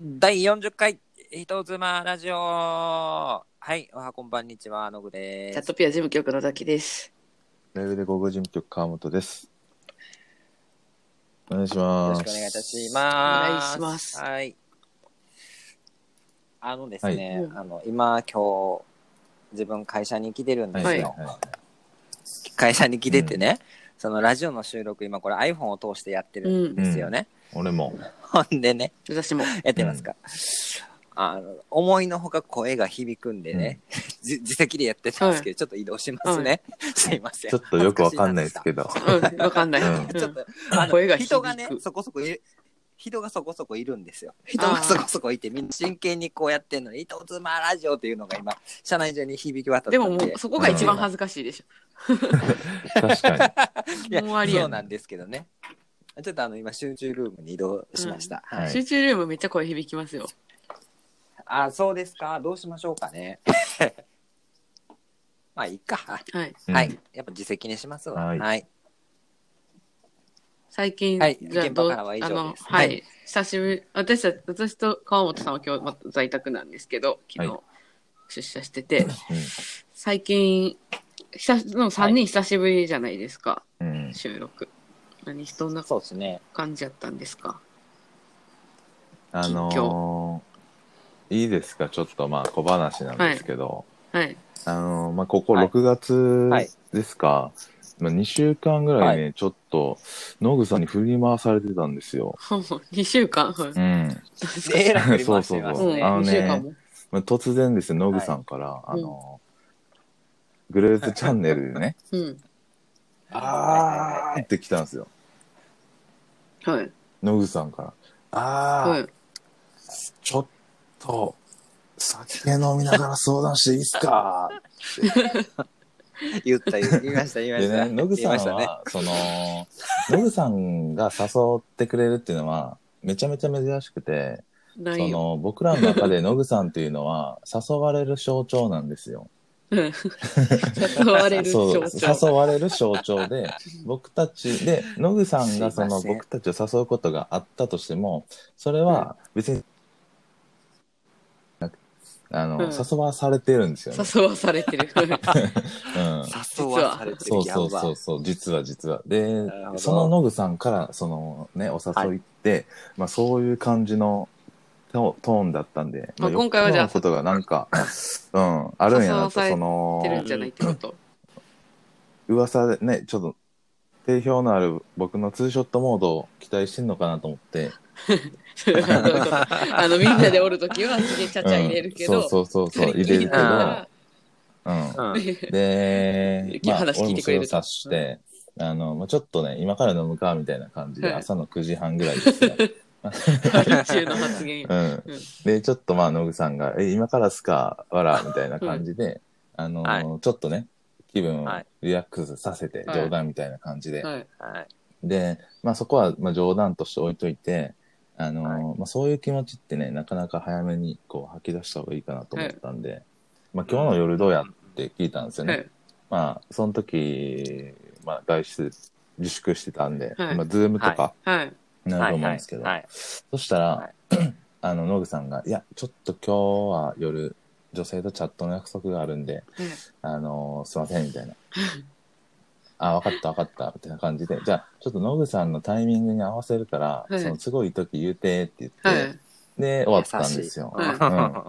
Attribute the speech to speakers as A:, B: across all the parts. A: 第40回、人妻ラジオ。はい、おはこんばんにちは、のぐで
B: チャッ
A: す。
B: トピア事務局の崎です。
C: ライブで午後事務局川本です。お願いし
A: よ
C: ま
A: ろ
C: す。
A: しくお願いいたします。
B: お願いします
A: はい。あのですね、
B: はい
A: あの、今、今日、自分会社に来てるんですよ。
C: はい。
A: 会社に来ててね、そのラジオの収録、今これ iPhone を通してやってるんですよね。
C: 俺も。
A: ほんでね、
B: 私も。
A: やってますか。あの思いのほか声が響くんでね、じ自席でやってたんですけど、ちょっと移動しますね。 すいません。
C: ちょっとよくわかんないですけど。
B: うん、わかんない。
C: うん
A: ちょっと、あの
B: 声が響く
A: 人がね、そこそこいる。人がそこそこいるんですよ。人
B: あ
A: が
B: ー
A: そこそこいて、みんな真剣にこうやってんのに、糸妻ラジオっていうのが今、社内中に響き渡って
B: で
A: て
B: ももう、そこが一番恥ずかしいでし
C: 確かに。
A: いや
B: もうありやん
A: そうなんですけどね。ちょっとあの、今、集中ルームに移動しました。
C: うん
B: ょ。
A: はい。
B: 集中ルームめっちゃ声響きますよ。
A: あ、そうですか。どうしましょうかね。 まあ、いいか。
B: はい。
C: うん
A: はい。やっぱ自責にしますわ。は。
C: はいい
B: 最近、
A: はい
B: あ
A: 現場
B: どう
A: からは以上で
B: あ
A: す
B: の、
A: は
B: はいい。久しぶり、私た私と川本さんは今日また在宅なんですけど、昨日、
C: は
B: 出社してて、
C: う
B: 最近、久しの3人久しぶりじゃないですか、
C: ん。うん。
B: 収録。何、どんな
A: そうですね。
B: 感じやったんですか
C: あのー、いいですかちょっとまあ小話なんですけど。
B: はい。
C: あのー、まあここ
A: はい
C: 6月
A: はい
C: ですか。まあ2週間ぐらいね、ちょっと、野口さんに振り回されてたんですよ。
B: 2週間はい。
C: うん。
A: えらく
C: そ
A: 回
C: う
A: して
C: そう
A: ます
C: そ
B: うん、
C: あの
A: ね。
B: 2
C: ね
B: 週間も。
C: まあ突然ですね、野口さんから、あのー、グレーズチャンネルでね、
B: うん。
C: あーって来たんですよ。
B: はい。
C: 野口さんから。あー、
B: はい。
C: ちょっと、酒飲みながら相談していいっすか
A: 言った、言いました、言いま
C: で
A: した。
C: ね、野口
A: 言
C: さ
A: いまし
C: ん
A: たね
C: は、その、 野口さんが誘ってくれるっていうのは、めちゃめちゃ珍しくて、
B: な
C: そ
B: いよ。
C: の、僕らの中で野口さんっていうのは、誘われる象徴なんですよ。
B: うん誘われる
C: そ
B: 象
C: う、
B: 徴。
C: 誘われる象徴で、 僕たち、で、野口さんがその、
A: すいません
C: 僕たちを誘うことがあったとしても、それは別に、あの、
B: うん
C: 誘わされてるんですよね。
B: 誘わされてる。
C: うん。
A: 誘わされて
C: そ
A: る
C: う
A: や
C: そうそう
A: ば。
C: そう、実は実は。で
A: なるほど、
C: そのノグさんから、そのね、お誘いって、まあそういう感じのトトーンだったんで、
B: まあ
C: よっ
B: 今回はじゃあ
C: ぽどのことがなんか、うん、あるんやなと、
B: 誘わされてるっ
C: そ
B: てる
C: の
B: ん、じゃないってこと。
C: 噂でね、ちょっと、定評のある僕のツーショットモードを期待してんのかなと思って。
B: それはどういうことあの、みんなでおるときは、すげえちゃちゃ入れるけ
C: うん
B: ど、
C: そうそうそうそう、入れるけど、うん。
A: う ん
C: で、
B: いや話聞いてくれる
C: まあ、俺もそれを察して、あの、まあ、ちょっとね、今から飲むか、みたいな感じで、朝の9時半ぐらいです ね。
B: 二中の発言。
C: うん
B: うん。
C: で、ちょっとまあ、野口さんが、え、今からっすか、わら、みたいな感じで、あの
A: は
C: ー、ちょっとね、気分を
A: はい
C: リラックスさせて、
B: はい
C: 冗談みたいな感じで。
B: はい。
A: はい。
C: で、まあ、そこは、まあ、冗談として置いといて、あのー、まあ、そういう気持ちってね、なかなか早めに、こう、吐き出した方がいいかなと思ったんで、まあ、今日の夜どうやって聞いたんですよ
B: は
C: ね。
B: い。
C: まあ、その時、まあ、外出自粛してたんで、
B: はい
C: まあ、ズームとか
B: はい。
C: になると思うんですけど、
A: はいはい
C: そしたら、
A: は
C: あの、野口さんが、いや、ちょっと今日は夜、女性とチャットの約束があるんで、
B: うん
C: あのすいません、みた いな。あ、わかった、わかった、みたいな感じで、じゃあ、ちょっと野口さんのタイミングに合わせるから、
B: はい
C: その、すごい時言うて、って言って、
B: はい。
C: で、終わったんですよ。
A: 優しい
C: うんだか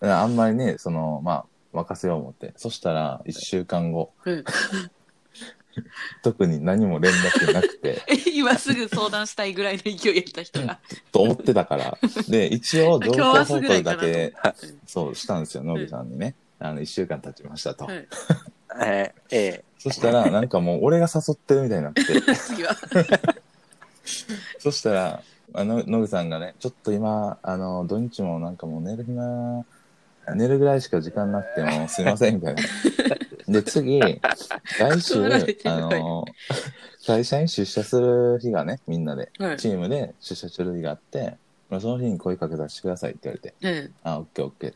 C: らあんまりね、その、まあ、任せよう思って。そしたら、一週間後、
B: うん
C: 特に何も連絡なくて、
B: え今すぐ相談したいぐらいの勢いやった人が。
C: と思って たから。で、一応、情
B: 今日
C: 報
B: はす
C: 報
B: ぐら
C: 告
B: いか
C: だ
B: なと思っ
C: け
B: て、。
C: そう、したんですよ、野口さんにね。あの、一週間経ちましたと
B: は。い
A: えーえ
C: そしたら、なんかもう、俺が誘ってるみたいになって。
B: 次は。
C: そしたら、あの、野口さんがね、ちょっと今、あの、土日もなんかもう寝る暇、寝るぐらいしか時間なくてもすいません、み たいな。で、次、来週
B: 断られ、てる
C: あの、会社に出社する日がね、みんなで、
B: はい。
C: チームで出社する日があって、まあ、その日に声かけさせてくださいって言われて、
B: うん
C: あ、オッケーオッケ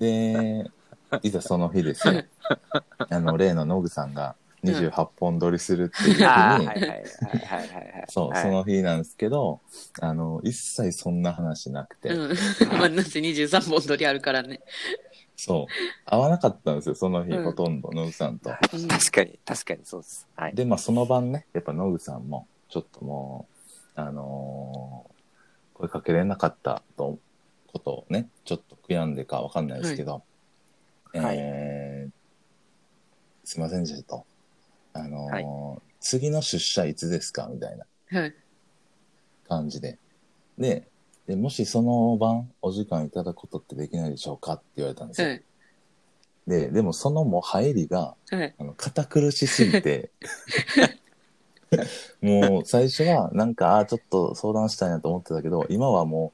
C: ー。で、いざその日ですよ。あの、例の野口さんが、 28本撮りするっていう日に、
A: あ あ、はいはいはいはいはいはい。
C: そう、
A: はい
C: その日なんですけど、あの、一切そんな話なくて、
B: うん。まあ、なんせ23本撮りあるからね。
C: そう、会わなかったんですよ、その日、
B: うん
C: ほとんど、野口さんと。
B: うん
A: 確かに、確かにそうです。はい。
C: で、まあ、その晩ね、やっぱ野口さんも、ちょっともう、あのー声かけれなかったと、ことをね、ちょっと悔やんでかわかんないですけど、
A: はい
C: えーすいませんでしたと。あのー
A: はい
C: 次の出社いつですかみたいな
B: はい。
C: 感じで。で、でもしその晩お時間いただくことってできないでしょうかって言われたんですよ。
B: はい。
C: で、でもそのもう入りが、
B: はい。
C: あの、堅苦しすぎて、もう最初はなんか、ああ、ちょっと相談したいなと思ってたけど、今はも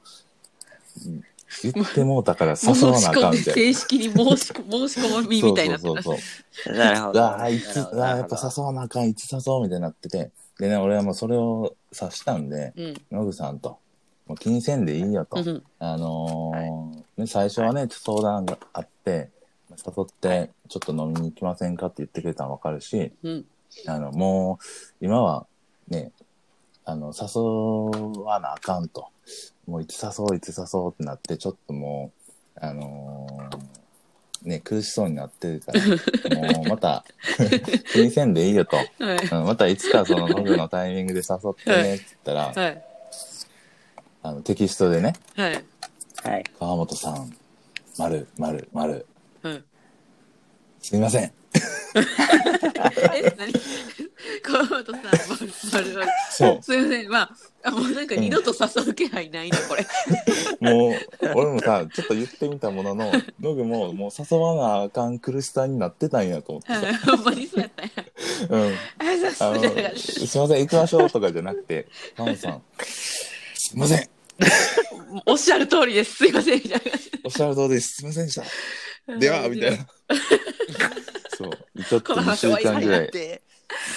C: う、うん言ってもうたから
B: 申
C: 誘わ
B: し
C: なあか
B: 込
C: ん
B: んで、
C: みたい
B: 正式に申し込申し込み
C: な。
B: みたいになって
C: そう
B: た。
C: そうそう
A: なるほ
C: そう。
A: ど。
C: ああ、いつ、
A: な
C: あ
A: るほど
C: あ、やっぱ誘わなあかん、いつ誘おうみたいになってて。でね、俺はもうそれを察したんで、
B: うん。
C: ノグさんと、もう気にせんでいいよ
B: う
C: と。
B: ん。
C: あのーね、最初はね、相談があって、誘って、ちょっと飲みに行きませんかって言ってくれたのわかるし、
B: うん。
C: あの、もう、今は、ね、あの、誘わなあかんと。もう、いつ誘う、いつ誘うってなって、ちょっともう、あのーね、苦しそうになってるから、もう、また、気にせんでいいよと。
B: はい。
C: うん、またいつかそのノブのタイミングで誘ってね、って言ったら、
B: はい。
C: あの、テキストでね、
B: はい。
A: はい。
C: 川本さん、丸、丸、丸、
B: はい。
C: すみません。
B: え、何 川本さん、丸々。
C: そう。
B: すいません。まあ、あもうなんか二度と誘う気配ないな、これ。
C: もう、俺もさ、ちょっと言ってみた ものの、ノグも、もう誘わなあかん苦しさになってたんやと思って
B: はい。ほんまにそうやったんや。
C: さ。うん。
B: ありがと
C: あ
B: うご
C: の、
B: ざい ます
C: すいません、行きましょうとかじゃなくて、川本さん、すいません、
B: おっしゃる通りです。すいません、みたい
C: おっしゃる通りです、すいませんでし
B: な。
C: た。では、みたいな。 そう。ちょっと2週間ぐらい、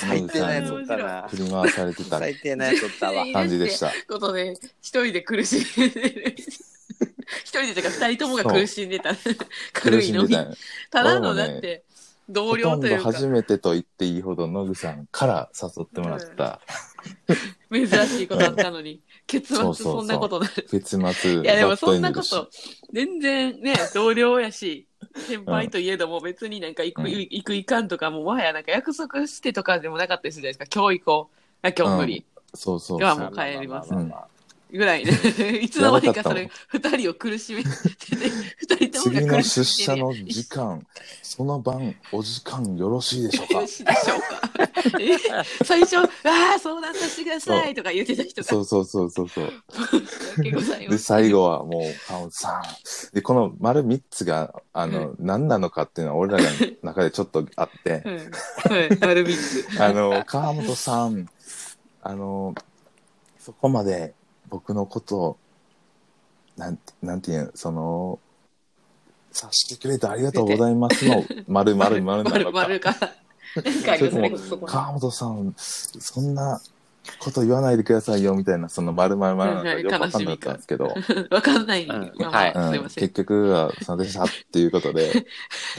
A: 最低なやつおったな。
C: 振り回されてた
A: 最低なやつおったわ。
C: 感じ でした。
B: ことで、一人で苦しんでる。一人でというか、二人ともが苦しんでた。軽
C: 苦
B: い
C: し
B: の
C: んで
B: に
C: た。んや
B: ただの、
C: 俺もね
B: だって、
C: ほ
B: 同
C: と
B: 僚
C: ん
B: とい
C: ど
B: うか、
C: 初めてと言っていいほど、ノグさんから誘ってもらった
B: 珍しいことあったのに、結末
C: そうそうそう
B: そんなことなる。
C: 結末
B: いや、で
C: バ
B: も
C: ッド
B: そ
C: エ
B: ん
C: ンド
B: な
C: で
B: こ
C: した
B: と、全然ね、同僚や し、先輩といえども別になんか行く、
C: うん
B: 行く行かんとか、ももはやなんか約束してとかでもなかったりするじゃないですか。今日行こう。あ、今日無理。
C: そうそう
B: では
C: そ
B: も
C: う
B: う帰ります
A: ああああ
B: ぐらい ね。いつの間にかそれ、二人を苦しめてて、二人とも
C: 次
B: が
C: の
B: 苦し
C: 出
B: めて
C: 社の時間その晩お時間よろしいでしょう
B: よ
C: か
B: ろしいでしょうか。え最初、ああ、相談させてくださいとか言ってた人
C: そ
B: が、
C: うそうそうそうそう
B: 申し訳ございま
C: で
B: せん
C: 最後はもうカウンさんでこの丸3つがあの、何なのかっていうのは俺らの中でちょっとあって
B: はい、はい、丸三つ。
C: あの川本さんあのそこまで僕のことをなんてなんていうんその察してくれてありがとうございますの 丸丸 丸な
B: 丸
C: のか
B: 丸か。なんかありますね、そこに。
C: 川本さん、そんなこと言わないでくださいよみたいな、その丸々丸々なんかよくわかんなかったんですけど、
B: わかんない。
A: うん
B: まあ
A: は
B: まあ、
C: う
B: すい
C: ん、
B: ません
C: 結。局は、そうでしたっていうことで、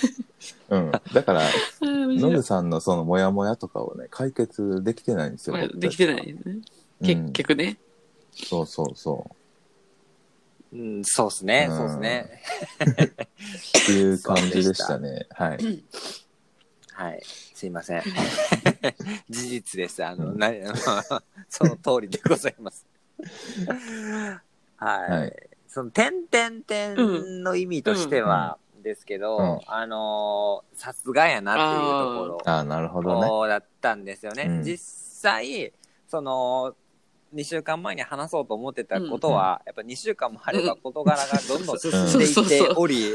C: うん、だから、
B: うん面
C: ノ
B: 白
C: ブ
B: い
C: さんのそのモヤモヤとかをね、解決できてないんですよ。
B: まあ
C: 僕たちは
B: できてない、ね。結、局ね。
C: うんそうそうそう。
A: うん、そうですね、そうですね。
C: っていう感じでしたね。はい。
A: はい。すいません。 事実です。あの、な、あ のその通りでございます。はい。
C: はい
A: その、点点点の意味としては、ですけど、
C: うん
A: あのーさすがやなっていうところ。
C: ああ、なるほどね。
A: そうだったんですよね。
C: うん
A: 実際、その、2週間前に話そうと思ってたことは、やっぱ2週間もあれば事柄がどんどん進んでいっており、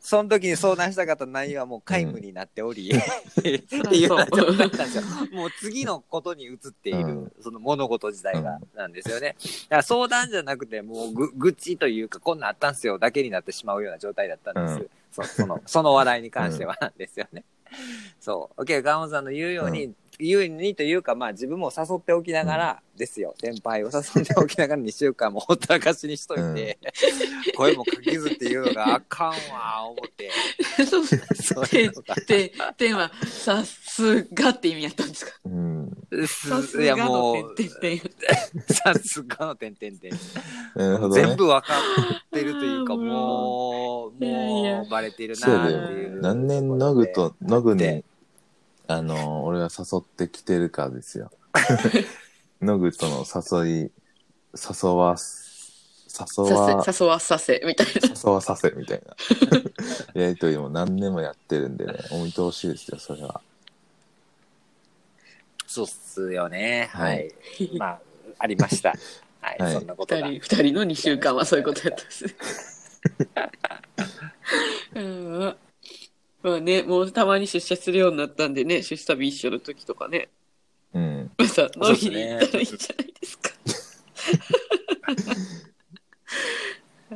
A: その時に相談したかった内容はもう皆無になっており、っていうような状態だったんですよ。もう次のことに移っている、
C: うん
A: その物事自体が
C: う
A: なんですよね。だから相談じゃなくて、もうぐ愚痴というか、こんなんあったんすよだけになってしまうような状態だったんです。
C: うん
A: そそのその話題に関してはなんですよね。そう。OK、ガモさんの言うように、ゆうにというか、まあ自分も誘っておきながらですよ、先輩を誘っておきながら2週間もほったらかしにしといて、声もかけずっていうのがあかん わ、思って。
B: そう
A: そういうのが
B: で、では、さすがって意味やったんですか
C: うん。
B: さ
A: す
B: す
A: いや
B: が
A: も
B: の
A: う、
B: 点々点々
A: さすがの点々点。
C: なるほど、ね。
A: 全部わかってるというか、
B: あー
A: もう、
B: いやいや
A: もうバレてるな
C: そう
A: ーっ
C: だ
A: て
C: よ
A: い。う。
C: 何年ノグ。と、ノグ
A: で
C: に、あの、俺が誘ってきてるかで すよ。ノグとの誘い、誘わす、誘わ、
B: させ誘わさせみたいな。
C: 誘わさせみたい な。やりとりも何年もやってるんでね、お見通しですよ、それは。
A: そうっすよね。は
C: はい
A: い。まあ、ありました。はい、
C: はい
A: そんなこと
B: 二
A: が。
B: 人二人の2週間はそういうことやったんですね。うんまあね、もうたまに出社するようになったんでね、出社日一緒の時とかね、
C: うん。
B: また飲みに行ったらいいんじゃないですか。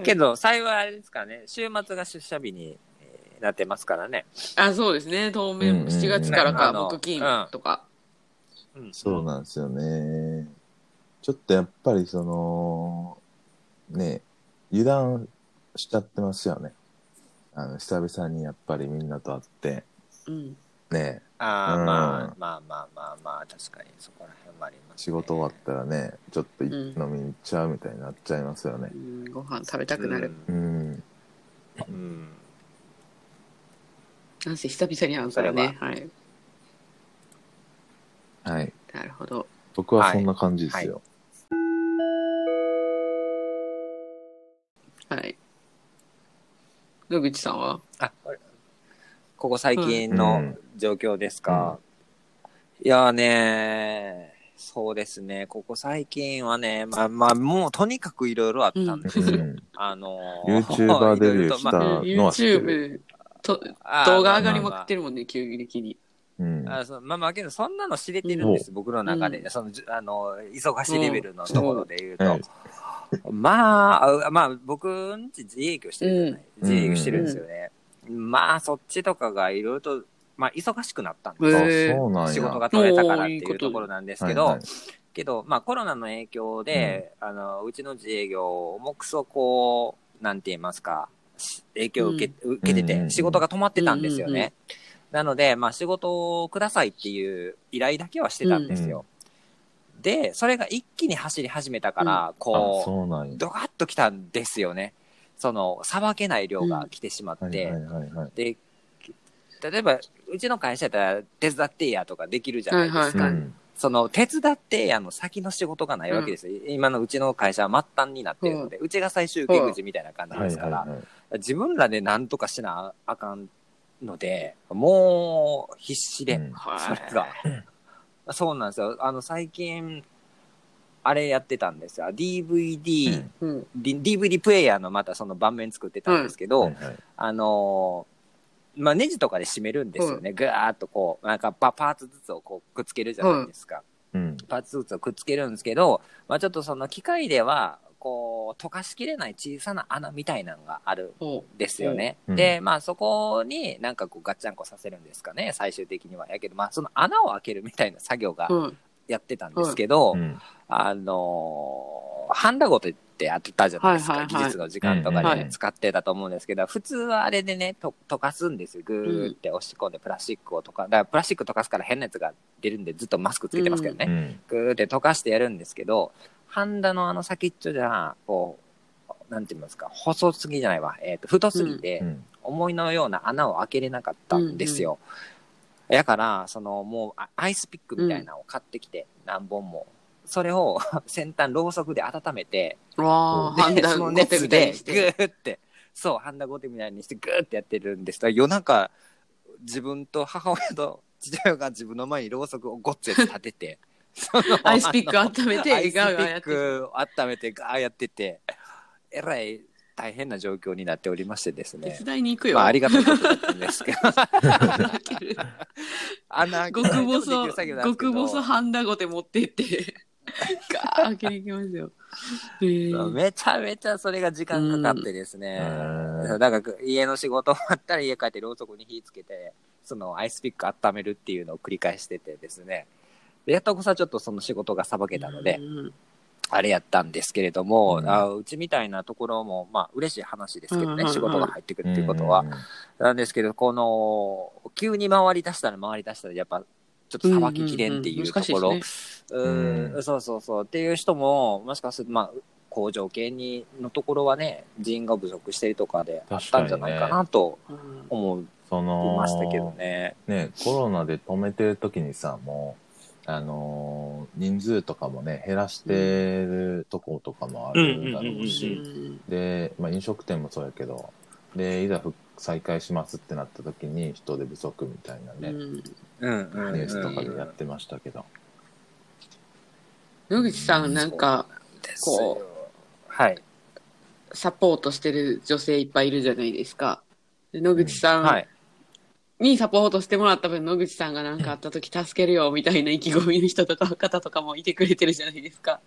A: けど、幸いあれですからね、週末が出社日にえーなってますからね。
B: あ、そうですね、当
C: うんうん
B: 面
C: うん
B: 7月から
A: あ
B: か、
A: の
B: 木金
A: うん
B: とか。
A: うん
C: そうなんですよね。ちょっとやっぱりその、ね、油断しちゃってますよね。あの、久々にやっぱりみんなと会って、
B: うん
C: ね、
A: ああ、
C: うん
A: まあまあまあまあまあ、確かにそこら辺もあります、ね。
C: 仕事終わったらねちょっとい
B: うん
C: 飲みに行っちゃうみたいになっちゃいますよね
B: うんご飯食べたくなる。
C: うん
A: うん。うん。
B: なんせ久々に会うからね。はい。
C: はい
B: なるほど。
C: 僕はそんな感じですよ
B: はい。野口さんは
A: あ、これここ最近の状況ですか。いやーねーそうですね、ここ最近はね、まあまあ、もうとにかくいろいろあったんです
C: う
A: よ。
C: ん
A: あの
C: YouTuber デビュー
A: し
C: したたのは知って
B: YouTube
C: る
B: と動画上がりまくってるもんね、急激に。
C: うん
A: あそうまあまあけどそんなの知れてるんです、僕の中で、
B: う
A: そのじゅあの忙しいレベルのところで言う
C: うん
A: と、まああまあ僕んち自営業してるじゃない、
C: うん
A: 自営業してるんですよね、まあそっちとかがいろいろと、まあ、忙しくなったんです
C: あ
A: よ、
B: へー
C: そうなんや
A: 仕事が
C: で
A: 取れたからっ
B: お
A: て
B: ーいい
A: い
B: こ
A: う
B: と
A: ところなんですけど、けど、まあ、コロナの影響で、あのうちの自営業もくそこうなんて言いますかし影響を受け,、受けて
C: うんうんう
A: て
C: ん
A: 仕事が止まってたんですよね、
B: うんうんうん
A: なので、まあ、仕事をくださいっていう依頼だけはしてたんですよ、でそれが一気に走り始めたから、
C: あ
A: こ
C: そうなん
A: う
C: や
A: ドカッときたんですよねそのさばけない量が来てしまって、
C: はいはいはいはい
A: で例えばうちの会社だったら手伝ってやとかできるじゃないですか、
B: はいはい
C: うん
A: その、手伝ってやの先の仕事がないわけですよ。今のうちの会社は末端になってるので、うちが最終受け口みたいな感じ
C: は
A: で
C: い
A: すか
C: はい
A: ら、
C: はい
A: 自分らで何とかしなあかんので、もう必死で、
C: うん
A: それが。そうなんですよ。あの、最近、あれやってたんですよ。DVD、
C: うん
B: うん。
A: D- DVD プレイヤーのまたその盤面作ってたんですけど、
C: はいはい
A: あのーまあ、ネジとかで締めるんですよね。ぐわーっとこう、なんかパパーツずつをこうくっつけるじゃないですか。
C: うん
A: パーツーツをくっつけるんですけど、まあ、ちょっとその機械ではこう溶かしきれない小さな穴みたいなのがある
B: ほ
A: んですよね。
C: うん
A: で、まあ、そこになんかこうガッチャンコさせるんですかね、最終的には。やけど、まあ、その穴を開けるみたいな作業が
B: う。うん。
A: やってたんですけど、
C: うん
A: あのーハンダゴテってやってたじゃないですか、
B: はいはいはい
A: 技術の時間とか
C: うんうん
A: で
C: うん
A: 使ってたと思うんですけど、普通はあれでね、と溶かすんですよ。ぐーって押し込んでプラスチックを溶か、だからプラスチック溶かすから変なやつが出るんでずっとマスクつけてますけどね。
C: うん
A: ぐーって溶かしてやるんですけど、ハンダのあの先っちょじゃ、こう、なんて言いますか、細すぎじゃないわ、えっ、と、太すぎ
C: う
A: て、
C: ん
A: 思いのような穴を開けれなかったんですよ。やから、その、もうあ、アイスピックみたいなのを買ってきて、何本も。それを 先端ろうそくで温めて、
B: わあ、ハン
A: で
B: ダ
A: その
B: ゴテ
A: 熱
B: みたい
A: で
B: にし
A: ぐ
B: て。
A: ーって、そう、ハンダゴテみたいにしてぐーってやってるんです。だから夜中、自分と母親と父親が自分の前にろうそくをごっつやって立てて、 その
B: アイスピック温め
A: アイ
B: て、
A: スピ
B: ガーガーや
A: ッ
B: って。
A: クを温めてガーやってて、えらい大変な状況になっておりましてですね
B: 手。伝いに行くよ。
A: まあ、ありがたいことなんです けど、穴
B: 極
A: でき
B: 細
A: る作業、なんですけ
B: 極
A: ど
B: 細ハンダゴテ持ってって、ガー開けに行きますよ。へー
A: めちゃめちゃそれが時間かかってですね。
C: うん
A: だから家の仕事終わったら家帰ってろうそくに火つけて、そのアイスピック温めるっていうのを繰り返しててですね。でやっとこさちょっとその仕事がさばけたので、
B: うん
A: あれやったんですけれども、
C: う
A: うんあうちみたいなところも、まあ、嬉しい話ですけど
B: うんうん
A: ね、
B: うん
A: 仕事が入ってくるっていうことは。なんですけど、この、急に回り出したら回り出したら、やっぱ、ちょっとさばききれんってい
B: んん
A: うんところ、
B: 難しいです
C: うん
A: うん、そうそうそう。っていう人も、もしかすると、まあ、工場系にのところはね、人員が不足してるとかであったんじゃないかなと
B: ねうん
A: 思い
C: その
A: ましたけどね。
C: ね、コロナで止めてる時にさ、もう、あのー人数とかもね、減らしてるとことかもあるだろうし、
A: うん
C: で、まあ、飲食店もそうやけど、で、いざ復再開しますってなった時に人手不足みたいなね、
B: うん
A: うんうん、うん。
C: ニュースとかでやってましたけど。
B: 野口さん、なんか、
A: ですよ。はい。
B: サポートしてる女性いっぱいいるじゃないですか。で野口
A: は
B: さ
A: い。
B: んにサポートしてもらった分、野口さんが何かあった時助けるよみたいな意気込みの人とか方とかもいてくれてるじゃないですか。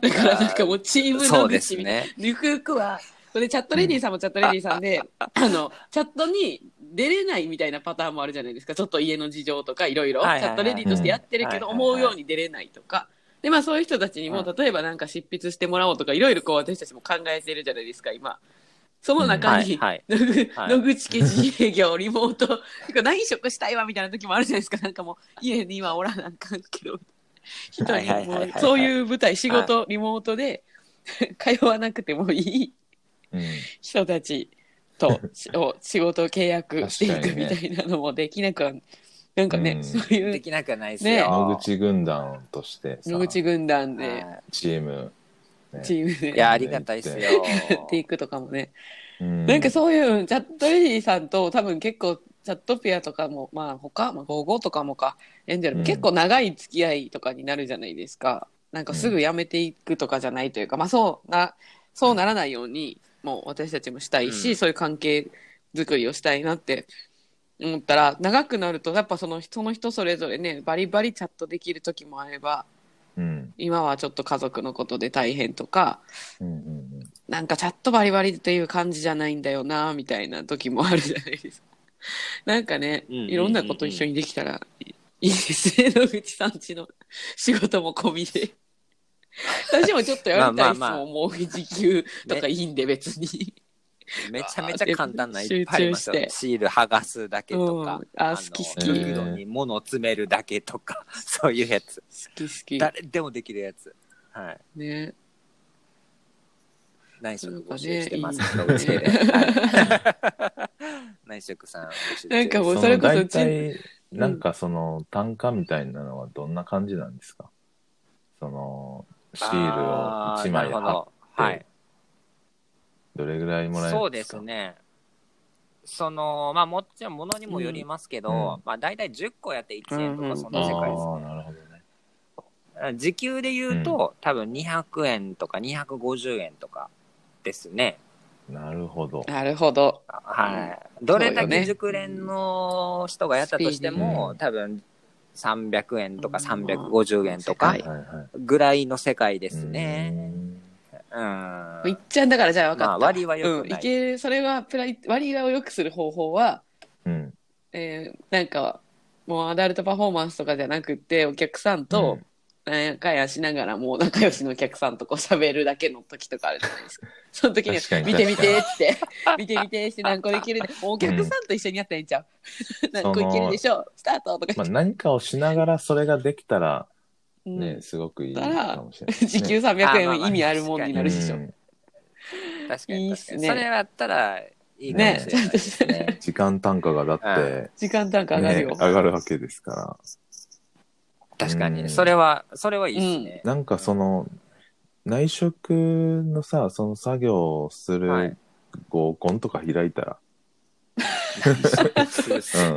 B: だからなんかもうチーム野口みたいな
A: そうですね。
B: ゆくゆくは、これチャットレディーさんもチャットレディーさんで、あの、チャットに出れないみたいなパターンもあるじゃないですか。ちょっと家の事情とかいろいろ、チ
A: はいはいは
B: ャッ
A: い
B: トレディーとしてやってるけど、
A: うんはいはい
B: 思
A: は
B: う
A: い
B: ように出れないとか。で、まあそういう人たちにも、
A: う
B: 例えばなんか執筆してもらおうとか、いろいろこう私たちも考えてるじゃないですか、今。その中に、
A: うんはい
B: 野口
A: はい
B: 野口家自営業、リモート、 てか内職したいわみたいな時もあるじゃないですか。なんかもう、家に今おらなあかん けど。一
A: はいはい
B: 人、
A: はい
B: も
A: はいう
B: そういう舞台、仕事、リモートで、 通わなくてもいい
C: うん。
B: 人たち としを仕事を契約してい
C: 確か
B: く
C: にね
B: みたいなのもできなくは、なんかね、
C: うん
B: そうい
A: で
B: う
A: きなくはないです
B: ね
A: よ。
C: 野口軍団としてさ
B: 野、口軍団で
A: は
C: チーム、ね
B: チーム
A: いい
B: でや
A: や、ありがたいですよ。
B: っていくとかもね、
C: うん
B: なんかそういうチャットレディさんと多分結構チャットピアとかもまあ他、まあ、55とかもかエンジェルも
C: うん
B: 結構長い付き合いとかになるじゃないですか、なんかすぐ辞めていくとかじゃないというか、まあそうなそうならないようにもう私たちもしたいし、
A: うん
B: そういう関係づくりをしたいなって思ったら長くなるとやっぱその人の人それぞれねバリバリチャットできる時もあれば
C: うん、
B: 今はちょっと家族のことで大変とか
C: うんうん
B: なんかチャットバリバリっていう感じじゃないんだよなみたいな時もあるじゃないですか。 なんかね、
A: うんうんうんうん
B: いろんなこと一緒にできたらいいですね、野口さんちの仕事も込み で。私もちょっとやりたいですもん、
A: まあまあまあ
B: もう時給とかいいんで別に。
A: めちゃめちゃ簡単ないっぱいありますよ
B: 集中して
A: シール剥がすだけとか、
B: うんあ好き好
C: き
A: のフードに物を詰めるだけとか そういうやつ
B: 好き好
A: 誰でもできるやつはい
B: き。ね。
A: 内職募集して ます
B: な
A: 野
B: んかね
A: 口家ではい内職さん募集中
B: なんかもう
C: の
B: それこそ
C: 大体なんかその単価みたいなのはどんな感じなんですかそのシールを1枚
A: あーなるほ
C: 貼っ
A: どはい
C: どれぐらいもらえる
A: そうんで
C: です
A: す
C: か
A: ね。そのまあもちろんものにもよりますけど、
C: うん
A: まあ大体10個やって1円と
B: うんう
A: か
B: ん
A: そん
C: あ
A: な世界です、
C: あーなるほどね
A: 時給で言うと、多分200円とか250円とかですね。
C: なるほど
B: なるほど。
A: はい。どれだ
B: そうよ
A: け
B: ね
A: 熟練の人がやったとしても、
C: うん
A: 多分300円とか
B: うん
A: 350円とか
B: はい
C: はいはい
A: ぐらいの世界ですね。うん。
B: いっちゃんだからじゃあ分かった。
A: まあ割は良くない
B: うん、いける、それはプライ、割りを良くする方法は、
C: うんうん
B: えーなんかもうアダルトパフォーマンスとかじゃなくてお客さんとなんかやしながらもう仲良しのお客さんとこう喋るだけの時とかあるじゃない ですか。その時に
C: 確かに
B: 見て見てって見て見てして何個できるでもうお客さんと一緒にやったらいいんち ゃう何個いけるでしょうスタートとか言
C: まあ、
B: って、
C: 何かをしながらそれができたら
B: うん
C: ね、すごくいいかもしれない、ね、
B: 時給300円
A: あまあま
B: は
A: あ
B: 意味あるもんになるでしょ。
C: うん
A: 確かに
B: いいっ
A: 確か
B: すね
A: に。それだったらいいかもしれないですね。
B: ね
C: 時間単価がだって、
B: 時間単価上がる
C: ね、
B: よ。
C: 上がるわけですから
A: 確か
C: うん
A: に。それは、それはいいですね。
C: なんかその内職のさその作業をす
A: は
C: る
A: い
C: 合コンとか開いたら、うん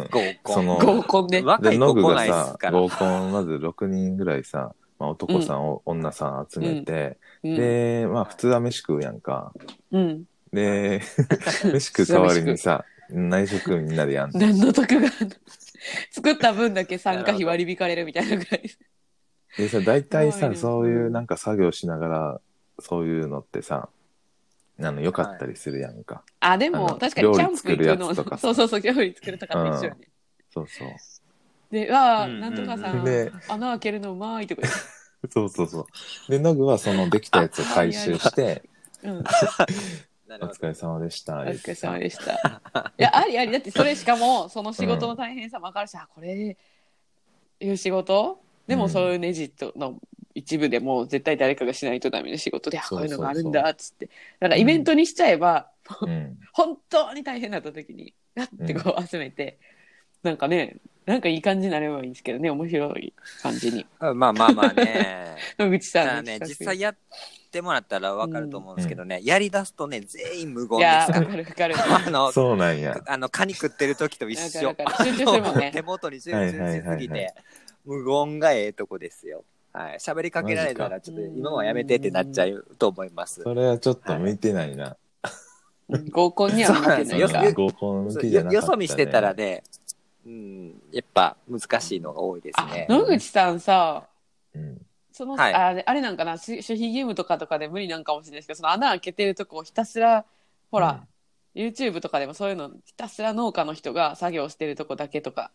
A: 合コ
C: そ
A: ン。
C: の
B: 合コンね。
A: 若
C: で
A: い
C: ノ
A: 子
C: グ
A: 来
C: が
A: ないです
C: さ
A: から。
C: 合コンまず6人ぐらいさ、まあ、男さん、を女さん集めて、
B: うん
C: でまあ普通は飯食うやんか
B: うん。
C: で飯食う代わり にさ内職みんなでやん
B: 何の得があんの 作った分だけ参加費割り引かれるみたいなぐらいです。
C: でさ大体
B: すごい
C: さ
B: ね
C: そういうなんか作業しながらそういうのってさあの良かったりするやんか、
B: あ、で
C: あの
B: も、確か
C: 料
B: に
C: 理
B: キャンプ
C: 作る
B: 行
C: や
B: くの
C: つとか、さ
B: そうそうそう、料理作るとかと一緒よね。
C: そうそう。
B: で、わあ、
A: うん
B: なんとかさん
C: で、
B: 穴開けるのうまいとか
C: そうそうそう。 で、ノグはそのできたやつを回収して、
B: 言 って、
A: な
C: お
A: るほ
C: 疲れ様でした。
B: うん、お疲れ様
C: で
B: でした。いや、ありあり、だってそれしかも、その仕事の大変さもわ かるし、あ、これ、いう仕事で
C: う
B: も
C: ん
B: そういうネジとの一部でもう絶対誰かがしないとダメな仕事で、あ、
C: そ
B: こ
C: う
B: う
C: そ
B: いうう
C: そう
B: のがあるんだ、つって。なんかイベントにしちゃえば、
C: うん。
B: 本当に大変だった時に、ガッてこう集めて、なんかね、なんかいい感じになればいいんですけどね、面白い感じに。
A: ど。まあまあまあね。
B: 野口
A: だ
B: さん
A: か
B: の
A: らね、
B: 企画
A: 実際やってもらったらわかると思うんですけどね、やり出すとね、全員無言
B: い
A: で
B: や
A: す
B: ー、
A: か
B: わかるわかる。
A: ら。あの、
C: そうなんや。
A: あの、カニ食ってる時と一緒
B: わ。かるわかる集中するもんね
A: 手元に集中し
C: はいは
A: すぎ
C: いはいは
A: て、無言がええとこですよ。はい。喋りかけられたら、ちょっと今はやめてってなっちゃうと思います。
C: それはちょっと向いてな いな。
B: うん合コンには向いて
A: そ
B: な
A: う
B: い
A: よ
B: か
A: そ
B: ら。
C: 合コン向きじゃな
A: よよ
C: かった、ね。
A: そ見してたらね、うん、やっぱ難しいのが多いです
B: あ
A: ね。
B: 野口さんさ、
C: うん。
B: その、
A: はい
B: ああれなんかな、し守秘義務とかとかで無理なんかもしれないですけど、その穴開けてるとこをひたすら、ほら、YouTube とかでもそういうの、ひたすら農家の人が作業してるとこだけとか、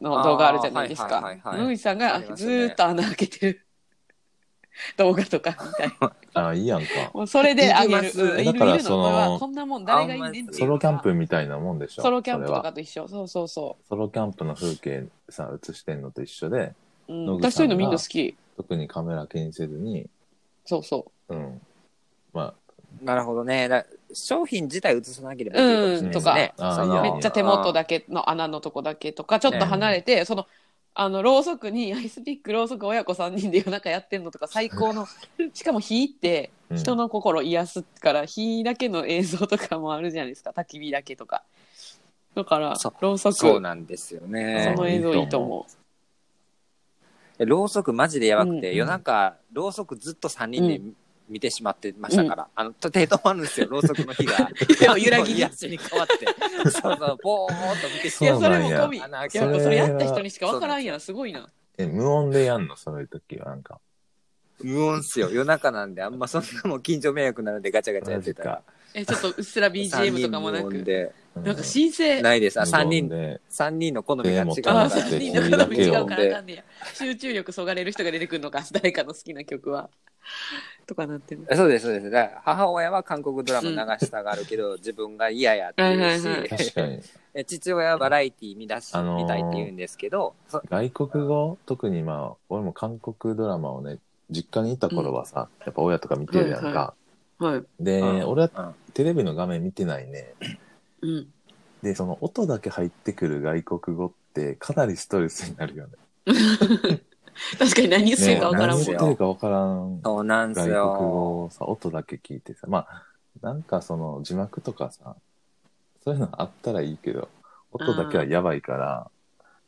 B: の動画あるじゃないです
A: あーは
B: か
A: い。はいはいはい
B: 野口さんが
A: あります
B: ず
A: よね
B: ーっと穴開けてる 動画とかみたいな。
C: あ、いいやんか。
B: もうそれであげ
A: いま
B: る。
A: す
B: うんいるいる
C: だから
B: の。
C: その
B: これはこんなもん誰がいいねんっていうか
C: ソロキャンプみたいなもんでしょ。
B: ソロキャンプと
C: それ
B: か
C: は
B: と一緒。そうそうそ
C: ソロキャンプの風景さ、映してんのと一緒で、
B: う。うん、
C: 野口さんが
B: 私そういうのみんな好き。
C: 特にカメラ気にせずに、
B: そうそ
C: うん。ま
A: なるほどね。だ商品自体映さなければいいかもしれないですね。
C: うんとか
A: そ
C: あ
A: の
C: ー
B: う。めっちゃ手元
A: あ
B: だけの穴のとこだけとか、ちょっと離れて、その、あの、ろうそくに、 アイスピックろうそく親子3人で夜中やってんのとか、最高の。しかも火って、
C: あ、うん
B: 人の心癒すから、火だけの映像とかもあるじゃないですか。焚き火だけとか。だから
A: そう、
B: ろうそ
A: ー
B: く、
A: そう
B: そ
A: なんですよ
C: な
A: ね
C: ん。
B: の映像いいと思
A: ろうそくマジでやばくて、
C: うん
A: 夜中、ろうそくずっと3人で見てしまってましたから、あの、手止まるんです よ、ろうそくの火が。
B: う。いや、揺らぎに。い
A: 癒しに変わって。そうそう、ぼーっと見てし
C: い
B: や、
C: う
B: それ
C: なん
B: も
C: や
B: 込み。い
A: 穴開け
B: や、
A: る
B: それやった人にしかわからんやん。すごいな。
C: え、無音でやんのそういう時は、なんか。
A: 無音っすよ。夜中なんで、あんまそんなもん近所迷惑なのでガチャガチャやってたら。
B: え、ちょっとうっすら BGM とかもな
A: 三人無音
B: く。
A: で。
C: う
B: なんか申請。
A: ないです。あ、3
C: 無音
A: 人、
C: で。
A: 三人の好みが違う
B: あ
C: あ
A: か
B: あ、
C: ー
B: 3人
C: そ
B: の
C: う
B: 好
C: だって
B: み違うから
A: で
B: あかんねや。集中力そがれる人が出てくるのか、誰かの好きな曲は。とかなってる。
A: ら。そうです、そうです。だから母親は韓国ドラマ流したがるけど、自分が嫌やっていうし
B: はいはい
C: 確かに。
A: え、父親はバラエティー見出し、
C: あのー
A: 見たいって言うんですけど、そ
C: 外国語特にまあ俺も韓国ドラマをね実家にいた頃はさ、やっぱ親とか見てるやんか、
B: はいははい。
C: で、
A: うん
C: 俺は
A: うん
C: テレビの画面見てないね
B: うん。
C: でその音だけ入ってくる外国語ってかなりストレスになるよね
B: 確かに何言って
C: ね
B: るかわからん
C: 何
B: も
A: ね
B: ん。
C: 言ってるか分からん
A: そうなんです
C: 外国
A: よ。。
C: 語をさ音だけ聞いてさまあなんかその字幕とかさそういうのあったらいいけど音だけはやばいから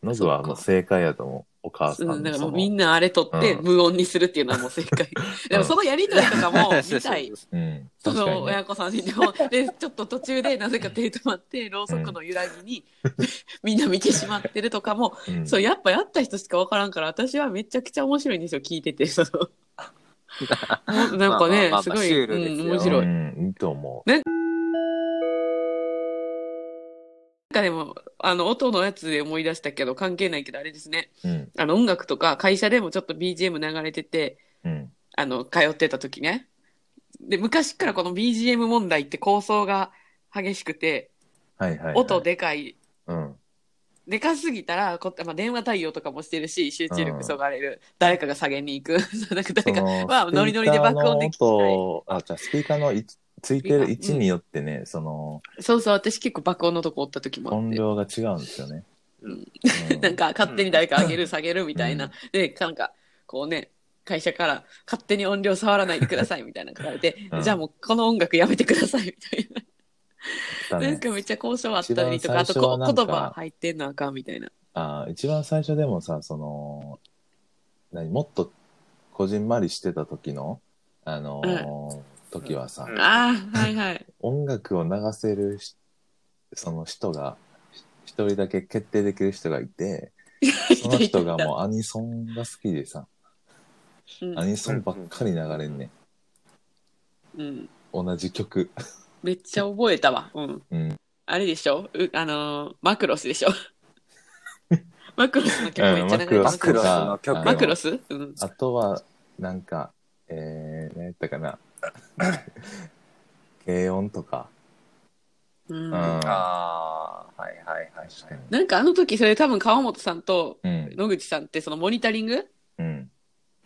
C: ノズはもう正解やと思うお母さんの
B: うん、だから
C: そ
B: もう
C: の
B: みんなあれ取って
C: うん
B: 無音にするっていうのはもう正解。でもそのやりとりとかも見た い
C: うん
B: そ
C: 確か
B: の
C: に、ね
B: 親、子さんにでも、で、ちょっと途中でなぜか手止まって、ろうそくの揺らぎに みんな見てしまってるとかも、
C: うん
B: そう、やっぱやった人しかわからんから、私はめちゃくちゃ面白いんですよ、聞いてて。 そのもうなん
A: まあまあ
B: かね
A: まあまあ、
B: すご
A: シュ
B: い、
A: ールですよ
B: うん面白い。
C: う
B: なん
C: ん、いいと思う。
B: かでも、あの、音のやつで思い出したけど、関係ないけど、あれですね。
C: うん、
B: あの、音楽とか、会社でもちょっと BGM 流れてて、
C: うん、
B: あの、通ってた時ね。で、昔からこの BGM 問題って構想が激しくて、
C: はいはい、はい。
B: 音。でかい
C: うん、
B: でかすぎたらこ、まあ、電話対応とかもしてるし集中力そがれる、誰かが下げに行く そうなんか誰かはノリノリで爆音で聞きたい
C: 音あ、じゃあスピーカーのいついてる位置によってね、その
B: そうそう私結構爆音のとこおった時もあっ
C: 音
B: て、
C: 量が違うんですよね。
A: うん
C: うん
B: なんか勝手に誰か上げる下げるみたいな、
C: うん
B: でなんかこうね会社から勝手に音量触らないでくださいみたいなの書かれて、
C: うん
B: じゃあもうこの音楽やめてくださいみたいな、
C: だ
B: なん
C: ね、
B: かめっちゃ交渉あったりとかあ
C: 一番最
B: と
C: 初
B: こ
C: はなんか
B: 言葉入ってんのあかんみたいな
C: あ一番最初でもさ、その、何、もっとこじんまりしてた時の、あのー時はさ、
A: うん
B: あーはいはい
C: 音楽を流せるしその人が、一人だけ決定できる人がいて、その人がもうアニソンが好きでさ、
B: うん
C: アニソンばっかり流れんね、
B: うん
C: 同じ曲。
B: めっちゃ覚えたわうん
C: うん。
B: あれでしょうあのーマクロスで しょマクロスの曲めっちゃ流れてる
A: マクロスの曲
C: あ
B: マクロスうん。
C: あとは、なんか、えー、何やった かな。軽音とか。
B: うん
C: うん。
A: ああ、はいはいはい、
C: 確かに。
B: なんかあの時、それ多分川本さんと
C: うん。
B: 野口さんって、そのモニタリング
C: うん。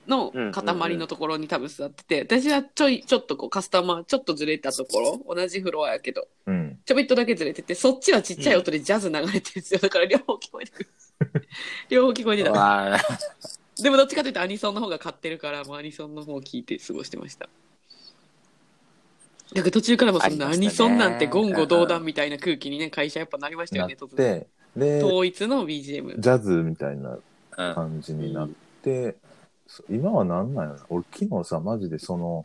B: の
A: うん
B: 塊のところに多分座ってて、私はちょい、ちょっとこうカスタマー、ちょっとずれたところ、同じフロアやけど、
C: うん。
B: ちょびっとだけずれてて、そっちはちっちゃい音でジャズ流れてるんですよ。だから両方聞こえてくる。両方聞こえてた。
A: わー
B: でもどっちかというとアニソンの方が買ってるから、もうアニソンの方を聞いて過ごしてました。なんか途中からもそんな
A: あ
B: ア
A: りま
B: ニ
A: した
B: ソ
A: ね
B: ンなんて言語道断みたいな空気にね、会社やっぱなりました
C: な
B: よ
C: っ
B: ね、突然。
C: て、で、
B: 統一の BGM。
C: ジャズみたいな
A: うん
C: 感じになって、そ今はなんなんやろ俺昨日さ、マジでその、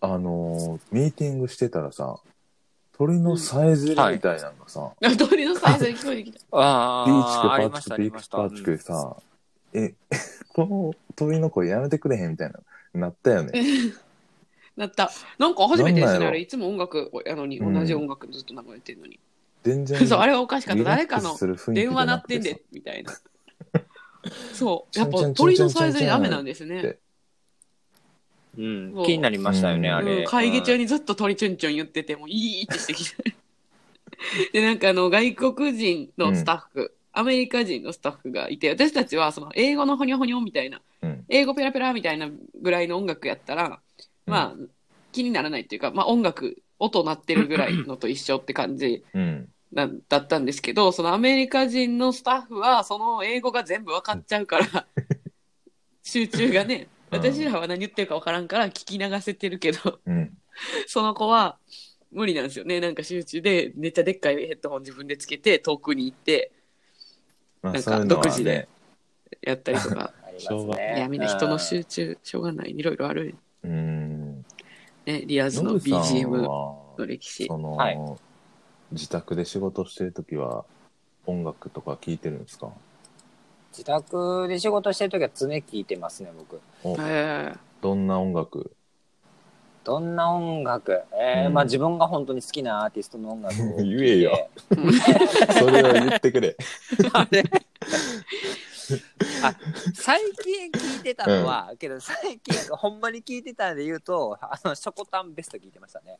C: あのーミーティングしてたらさ、鳥のさえずりみたいなのがさ、
B: 鳥の最初に聞こえてきた。
A: あ
C: ピーチク
A: ー
C: パ
A: あり
C: ー
A: まし
C: チ
A: た
C: ク
A: あ
C: ピ
A: り
C: ー
A: ま
C: チ
A: し
C: ク
A: た
C: パーチクさ、え、 この鳥の声やめてくれへんみたいな、なったよね。
B: なった。なんか初めてで
C: なんな
B: すね。
C: んやろ
B: あれ、いつも音楽やのに、
C: うん
B: 同じ音楽ずっと流れてるのに。
C: 全然。
B: そう、あれはおかしかった。誰かの電話鳴
C: な
B: ってんで。、みたいな。そう、
C: チャ
B: やっ
C: ン
B: ぱ
C: チャン
B: 鳥のさえずりの雨なんです
C: チャンチャン
B: ね。
A: うん
B: そう
A: 気になりましたよね、
C: うん
A: あ
B: う
A: れ。
B: ん、会議中
A: に。。
B: にずっと鳥チュンチュン言ってて、もういいってしてきて。 で、なんかあの、外国人のスタッフ、アメリカ人のスタッフがいて、私たちはその、英語のほにょほにょみたいな、
C: うん
B: 英語ペラペラみたいなぐらいの音楽やったら、まあ、気にならないっていうか、まあ音楽、音鳴ってるぐらいのと一緒って感じ
C: うん。
B: なだったんですけど、そのアメリカ人のスタッフは、その英語が全部わかっちゃう から、集中がね、
C: うん
B: 私らは何言ってるかわからんから聞き流せてるけど、
C: うん。
B: その子は無理なんですよね。なんか集中で、めっちゃでっかいヘッドホン自分でつけて、遠くに行って
C: ま
B: な
C: あ、
B: んか
C: そういうの
B: 独
C: は
B: 自
C: ね
B: で、やったりとか
A: ありますね
B: いや、みんな人の集中、しょうがない。いろいろある。
C: うん。
B: ね、リアーズ
C: ノ
B: の
C: ブさん
B: BGM の
C: は、
B: 歴史。
C: その、
A: はい
C: 自宅で仕事してるときは、音楽とか聞いてるんですか
A: 自宅で仕事してるときは常聞いてますね、僕。
C: お
B: えー
C: どんな音楽
A: どんな音楽えー
C: うん
A: まあ自分が本当に好きなアーティストの音楽を聞いて。
C: 言えよそれを言って くれ。
A: あれあ最近聞いてたのは、けど最近ほんまに聞いてたんで言うとあのショコタンベスト聞いてましたね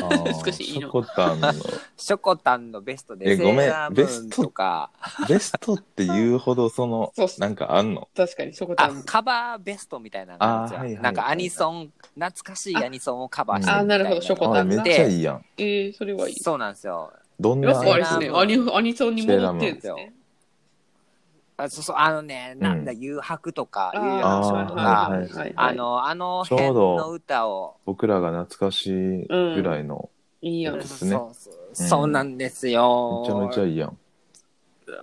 C: あー
B: 少しいいの
C: しょこたんの、
A: ショコタンのベストで
C: えごめん
A: セーラームーンとか
C: ベストって言うほど、その、
B: そうっす
C: なんかあんの
B: 確かに、そこだ
A: あ。カバーベストみたいなのがあるんですよ
C: あーはいはい
A: なんかアニソン懐かしいアニソンをカバーして
B: あ
A: みたい
B: なるほどショコタ
C: あ
B: ン
C: め
B: が
C: っちゃ
A: い
C: いいやん。
B: えー、それはいい。
A: そうなんですよ
C: どん
B: や
C: な
B: っぱあれです
A: セ
B: ね
A: ー。ラ
B: ア
A: ー
B: ニ
A: ムーン
B: アニソンに戻ってるんですね。
A: あそうそうあのねなんだ、誘惑とか
B: あ
A: 幽
B: ー
A: 遊白書とか
C: あーはいはい
B: はい
A: あのあの辺の歌を
C: 僕らが懐かしいぐらいの、
B: いいや
C: そ
B: ん
C: うで。すね
A: そうそうそうなんですよ、
C: めちゃめちゃいいやん。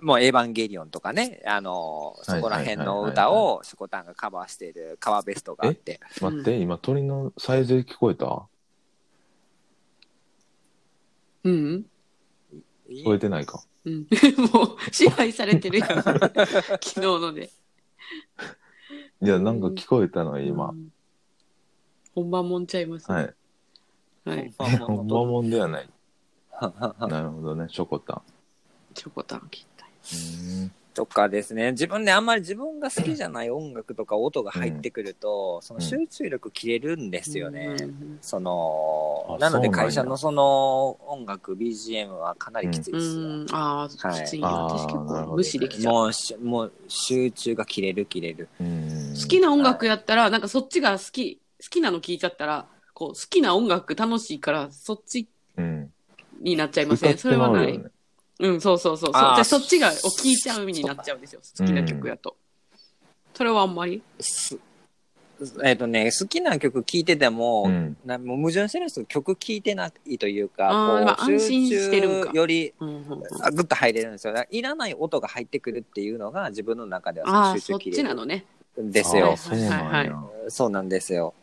A: もう「エヴァンゲリオン」とかね、あのー
C: はい
A: そこら辺の歌をショコタンがカバーしているカバーベストがあって
C: 待って、今鳥のサイズ聞こえた聞
B: うん。
C: こえてないか。
B: うん。 もう、支配されて るやん。昨日ので。
C: いや、なんか聞こえたの今
B: う。ん。本番もんちゃいます
C: は
B: ね。
C: い。
B: はい。
C: ほんまもんではない。なるほどね、ショコタン。
B: チョコタン切ったい。
A: とかですね自分ねあんまり自分が好きじゃない音楽とか音が入ってくると、その集中力切れるんですよね、
B: うん
A: その
C: あ
A: なので
C: そうなんや
A: 会社のその音楽 BGM はかなりきついですよ、
B: うん。ああ、き
A: はい
B: ついな。
C: あー
B: 私結
C: な
B: 構
C: るほど
B: 無視できちゃう。
A: もうしもう集中が切れる切れる
C: 好
B: 好きな音楽やったら、なんかそっちが好き、好きなの聞いちゃったら、こう、好きな音楽楽しいから、そっち
C: うん。
B: になっちゃいま
C: 歌
B: せ
C: っ
B: ん。それ
C: て
B: は
C: まう
B: な
C: よ
B: い
C: ね。。
B: うん、そうそうそうそう。じ
A: あー
B: ゃあそっちがを聴いちゃう意味になっちゃうんですよ。好きな曲やと。それはあんまり
A: すえっ、とね好きな曲聴いてても、
C: うん。
A: なもう矛盾してるんですけど曲聴いてないというか
B: あー
A: こう
B: まあ安心してるん
A: 集
B: か
A: 中より
B: うんうんうん
A: あグッと入れるんですよだからいらない音が入ってくるっていうのが自分の中で
B: あ
A: は
B: あ、
A: 集
B: そ
A: 中切
B: っち
A: れ
B: な
A: る
B: のね。
A: んです
C: あ
A: よ
C: ーそうなんや。
A: そうなんですよ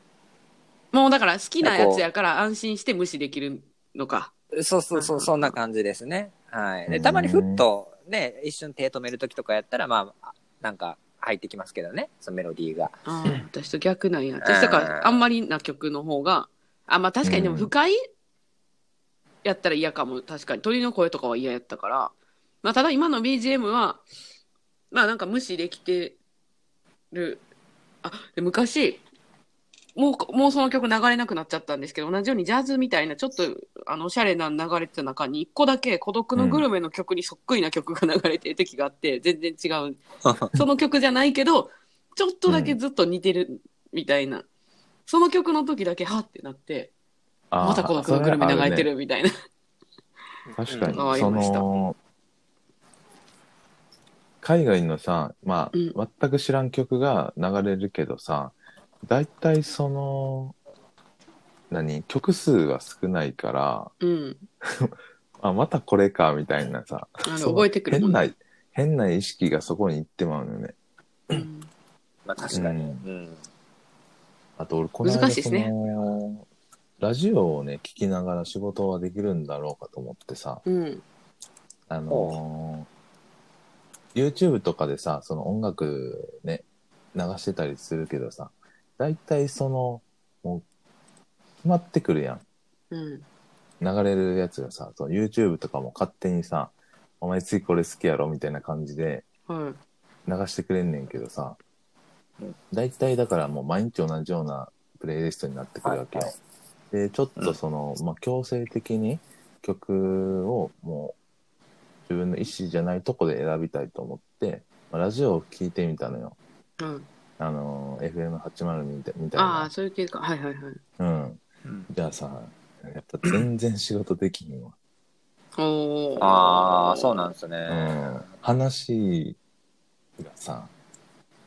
B: もうだから好きなやつやから安心して無視できるのか。
A: そうそうそうそんな感じですねはいで
C: うん
A: たまにふっとね一瞬手止める時とかやったらまあなんか入ってきますけどねそのメロディーが
B: ああ、私と逆なんや。私だからあんまりな曲の方が、あ、まあ確かにでも不快やったら嫌かも確かに鳥の声とかは嫌やったから、まあ、ただ今の BGM はまあなんか無視できてるあで昔もうもうその曲流れなくなっちゃったんですけど同じようにジャズみたいなちょっとあのおしゃれなの流れてた中に1個だけ「孤独のグルメ」の曲にそっくりな曲が流れてる時があって、全然違うその曲じゃないけどちょっとだけずっと似てるみたいな、その曲の時だけはってなって
C: あー
B: また孤独のグルメ流れてるみたいな。
C: 確か
B: う
C: に、
B: ん
C: そ
B: わかりました
C: の海外のさ、まあ
B: うん
C: 全く知らん曲が流れるけどさ大体その何曲数が少ないから
B: うん、
C: あまたこれかみたいなさ
B: あの
C: その
B: 覚えてくるも
C: 変
B: ん
C: な
B: ね。
C: 変な意識がそこに行ってまうのよね
B: うん
A: まあ確かに。
C: う
A: うんん。
C: あと俺この間
B: 難しいですね
C: そのラジオをね聞きながら仕事はできるんだろうかと思ってさ、
B: うん
C: あのー、YouTube とかでさ、その音楽ね、流してたりするけどさ、大体その、もう、決まってくるやん。
B: うん
C: 流れるやつがさ、その YouTube とかも勝手にさ、お前次これ好きやろみたいな感じで
B: はい
C: 流してくれんねんけどさ
A: うん、
C: 大体だからもう毎日同じようなプレイリストになってくるわけよ
A: はい。
C: で、ちょっとその、まあ、強制的に曲をもう自分の意思じゃないとこで選びたいと思って、まあラジオを聞いてみたのよ。
B: うん、
C: あのー、FM802 みたいみたい
B: ああ
C: な。
B: そういう系かはいはいはい
C: うん。じゃあさ、やっぱ全然仕事できひんわ。
B: お
A: ああ、そう
B: う
A: なんですね。
C: うん。話がさ、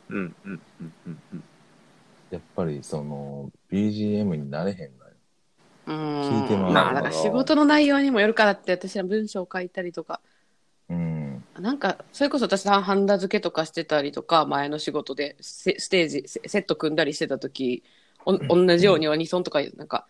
A: うんうんうんうんうん。
C: やっぱりその、BGM になれへんのよ。聞
B: 聞
C: いてます
B: まあだから仕事の内容にもよるからって私は文章を書いたりとか
C: うん。
B: なんかそれこそ私はハンダ付けとかしてたりとか前の仕事でセステージセセット組んだりしてた時お同じようにアニソンとかなんか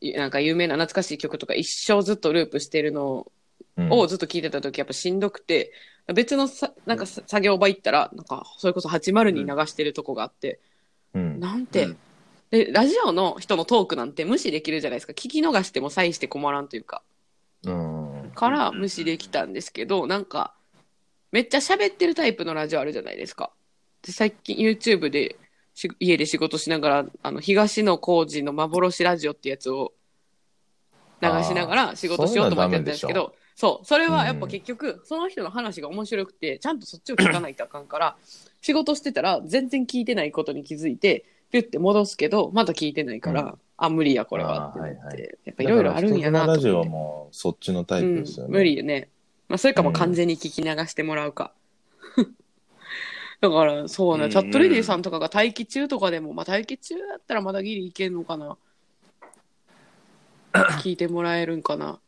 B: いなんか有名な懐かしい曲とか一生ずっとループしてるの
C: うん
B: をずっと聞いてた時やっぱしんどくて別のさなんかさ作業場行ったらなんかそれこそ80に流してるとこがあって、
C: うん。
B: なんて、
A: うん
B: でラジオの人のトークなんて無視できるじゃないですか聞き逃しても際して困らんというか
C: うん。
B: から無視できたんですけどなんかめっちゃ喋ってるタイプのラジオあるじゃないですかで最近 YouTube でし家で仕事しながらあの東野幸治の幻ラジオってやつを流しながら仕事しようと思ってやったんですけどそうそれはやっぱ結局その人の話が面白くてちゃんとそっちを聞かないとあかんから仕事してたら全然聞いてないことに気づいてピュッて戻すけどまだ聞いてないから、
C: うん
B: あ無理やこれはってなって、
C: あーはい
B: やっぱいろいろあるんやな
C: だから
B: と
C: 人
B: 思
C: の
B: っ
C: ラジオ
B: て。
C: もそっちのタイプですよね。
B: うん、無理よね。まあ、それかも
C: うん
B: 完全に聞き流してもらうか。 だから、そう
A: う
B: な、
A: ん
B: チャットレディさんとかが待機中とかでも、まあ、待機中だったらまだギリいけんのか な。聞いてもらえるんかな。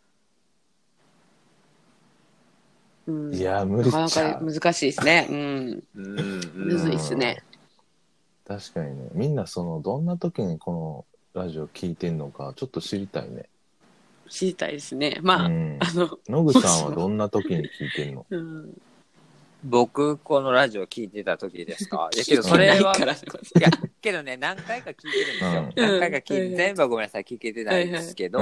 B: うん、
C: いや、無理
B: な
C: ち
B: かな
C: ゃ
B: か
C: う。
B: 難しいですね。うん、
A: うんうん
B: むずいっすね。
C: 確かにね。みんなその、どんな時にこのラジオ聞いてんのか、ちょっと知りたいね。
B: 知りたいですね。まあ、
C: うん。
B: あの、
C: 野口さんはどんな時に聞いてんの
B: うん、
A: 僕、このラジオ聞いてた時ですか。いやけど、それは
B: 聞いてない、から
A: いや、けどね、何回か聞いてるんですよ。
C: う
A: 何
C: ん
A: 回か聞い
B: うん
A: て、全部はごめんなさい、聞けてないんですけど、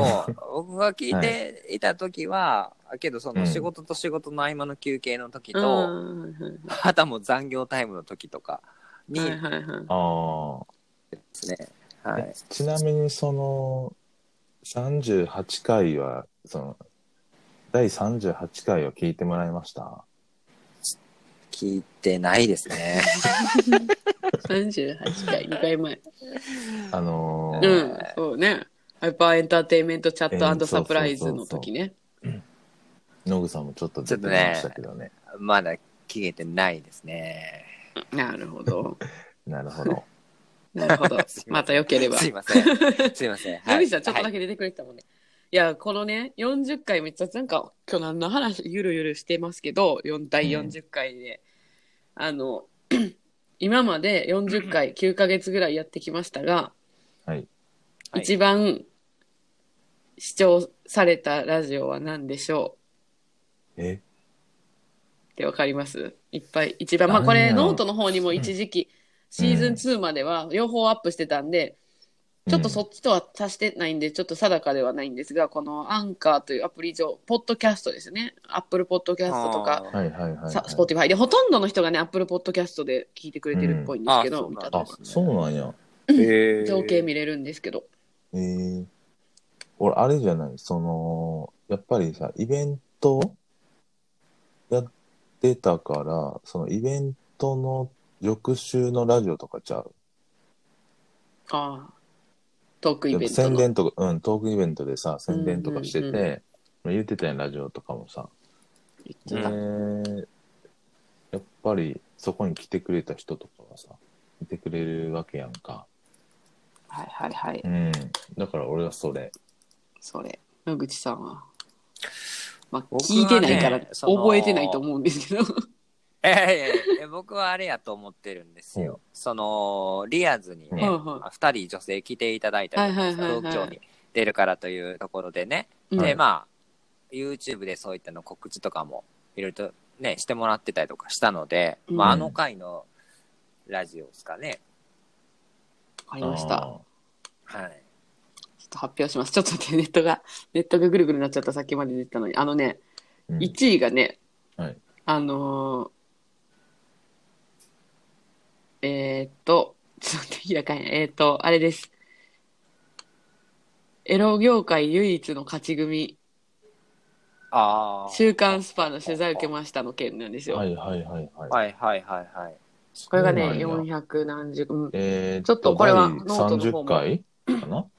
A: 僕が聞いていた時は、けど、そ
C: うん
A: の仕事と仕事の合間の休憩の時
B: う
A: と、
B: ん、
A: またもう残業タイムの時とかに
B: はい
A: で
B: はいはい。
C: あ
A: すね。
C: あ、
A: はい
C: え。ちなみにその、38回は、その、第38回を聞いてもらいました。
A: 聞いてないですね。
B: 38回、2回前。
C: あの
B: う
C: ー
B: ん、そうね。ハイパーエンターテインメントチャットサプライズの時ね。
C: 野口さんもちょっと出てましたけどね。
A: まだ聞けてないですね。
B: なるほど。
C: なるほど。
B: なるほど
A: すいませ。ん
B: また良ければ。
A: すい
B: 野
A: ません。すいません。
B: 口さん、ちょっと
A: け。
B: だけ出てくれてたもんね。いや、このね、40回めっちゃ、なんか、今日何の話、ゆるゆるしてますけど、よん第40回で、あの、 今まで40回、9ヶ月ぐらいやってきましたが、
C: はい。
A: はい
B: 一番視聴されたラジオは何でしょう
C: え、
B: ってわかりますいっぱい一番まあ
C: 何
B: これ
C: やろ
B: ノートの方にも一時期シーズン2までは両方アップしてたんで、ちょっとそっちとは足してないんで、ちょっと定かではないんですが、このアンカーというアプリ上、ポッドキャストですね。アップルポッドキャストとか、
A: あー
C: はいはいはい、はい。
B: さ、スポティファイで、ほとんどの人がね、アップルポッドキャストで聞いてくれてるっぽいんですけど、
A: うん
B: みたい
A: あ
B: な
C: あ。、そうなんや。
A: へー
B: 情景見れるんですけど。
C: えー、俺、あれじゃない、その、やっぱりさ、イベントやってたから、そのイベントの翌週のラジオとかちゃう。
B: ああ。トークイベント
C: 宣
B: の。
C: 伝とか、うん、トークイベントでさ、宣伝とかしてて、
B: うんうん
C: 言ってたやん、ラジオとかもさ。
B: 言って
C: で、
B: た
C: やっぱりそこに来てくれた人とかはさ、いてくれるわけやんか。
B: はいはいはい。
C: うん。だから俺はそれ。
B: それ。野口さんは。まあ、
A: 僕は
B: 聞いてないから、
A: ねその
B: 覚えてないと思うんですけど。
A: ええええ僕はあれやと思ってるんですよ。その、リアーズにね、
B: うんうん
A: 2人女性来ていただいたりとか、
B: はいはいはいはい
A: 東京に出るからというところでね、
B: うん
A: で、まあ、YouTube でそういったの告知とかもいろいろとね、してもらってたりとかしたので、まあ、
C: うん
A: あの回のラジオですかね。
B: わか
C: あ
B: りました。
A: はい。
B: ちょっと発表します。ちょっと待って、ネットが、ネットがぐるぐるなっちゃった、さっきまで出てたのに。あのね、
C: ー。うん
B: 1位がね、
C: はい
B: あのーえー、っと、ちょっと待って開かんや。えー、っと、あれです。エロ業界唯一の勝ち組、
A: ああ。
B: 週刊スパの取材受けましたの件なんですよ。
C: はいはいはいはい。
A: はいはいはいはい。
B: これがね、
C: そうなんや
B: 400何十、うん、
C: えー、
B: ちょっとこれは
C: 第
B: ノートの方も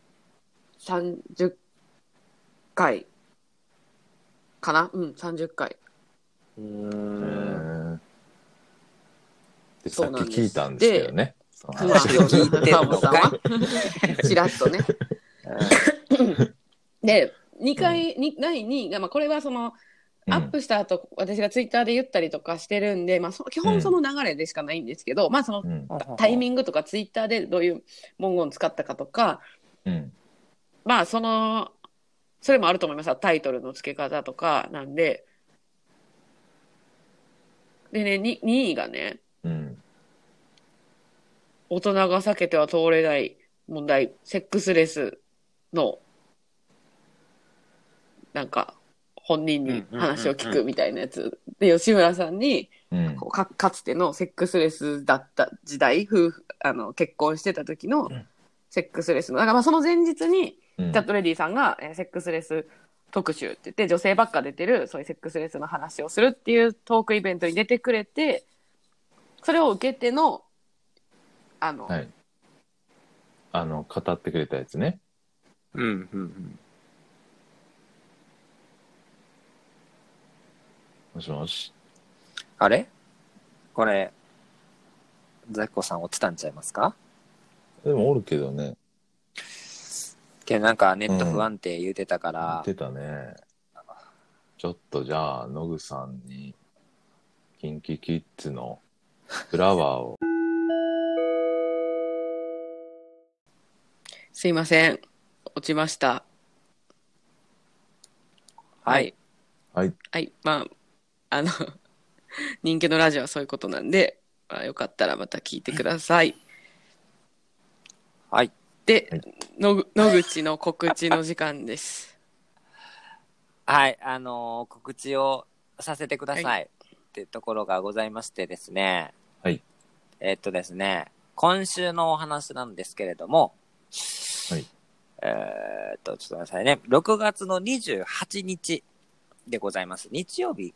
C: 30回かな
B: 30回かなうん、30回。
A: う
C: え
A: ーん。
C: ーで
B: そ
C: さ
B: う
C: っ
B: なんで
C: き
B: す
C: 聞いたんですけどね。その
B: まあ、
C: 話
A: 聞いてん
B: サボ
A: の
B: さん
A: かい
B: は、ちらっとね。で、2回、に第2位が、まあ、これはその、
C: うん
B: アップした後、私がツイッターで言ったりとかしてるんで、まあ、そ基本その流れでしかないんですけど、まあ、その
C: うん
B: タイ
A: ン
B: ミングとかツイッターでどういう文言使ったかとか、
C: うん
B: まあ、その、それもあると思います。タイトルの付け方とかなんで。でね、に2位がね、
C: うん
B: 大人が避けては通れない問題、セックスレスの、なんか、本人に話を聞くみたいなやつ。で、吉村さんに、
C: うん
B: こうかかつてのセックスレスだった時代、夫婦、あの、結婚してた時の
C: うん
B: セックスレスの、なんかまあその前日に、
C: うん
B: チャットレディさんが、えーセックスレス特集って言って、女性ばっか出てる、そういうセックスレスの話をするっていうトークイベントに出てくれて、それを受けての、あの、
C: はい。あの、語ってくれたやつね。
A: グ。うんうんうん。
C: もしもし。
A: あれこれ、ザキコさん落ちたんちゃいますか
C: でもおるけどね。
A: けどなんかネット不安定言うてたか
C: 言
A: ら
C: っ、てたね。ちょっとじゃあ、ノグさんに、キンキキッズのフラワーを。
B: すいません。落ちました。
A: はい。
C: はい。
B: はい。まあ、あの、 人気のラジオはそういうことなんで、まあ、よかったらまた聞いてください。
A: はい。
B: で、
C: はい
B: のぐ野口の告知の時間です。
A: はい。あのー告知をさせてください。
B: は
A: ってところがございましてですね。
C: はい。
A: えっとですね、今週のお話なんですけれども、
C: はい。
A: えーっと、ちょっとごめんなさいね。6月の28日でございます。日曜日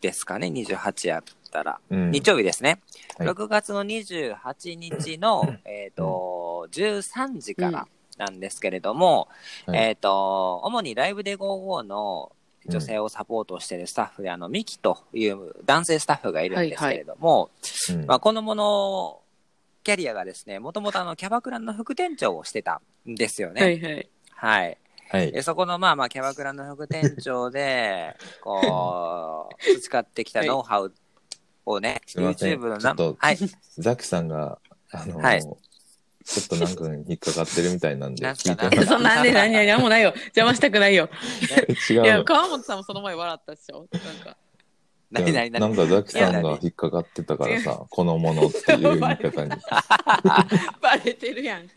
A: ですかね。28やったら。
C: うん
A: 日曜日ですね。
C: はい
A: 6月の28日の、えっ、と、13時からなんですけれども、
C: はい
A: えっ、と、主にライブで55の女性をサポートしているスタッフで、あの、ミキという男性スタッフがいるんですけれども、
C: うん
A: まあ、このもの、キャリアがですね、もともとあの、キャバクラの副店長をしてたんですよね。
B: はいはい。
A: はい。
C: はい。
A: でそこのまあまあキャバクラの副店長 で、こう、培ってきたノウハウをね、
C: すいません
A: YouTube の
C: ちょっと
A: はい、
C: ザキさんが、あの、
A: はい
C: ちょっとなんかに引っかかってるみたいなんで、
A: なんすか
C: 聞いて
A: なんすか
B: そんなんで何々なんもないよ。邪魔したくないよ。
C: ます。違
B: いうや、
C: の。
B: 川本さんもその前笑ったでしょ。なんか。
C: で
A: 何何
C: な
A: 何
C: んかザキさん
A: いや
C: が
A: 何
C: 引っかかってたからさ、このものっていう言い方に。
B: バレてるやん。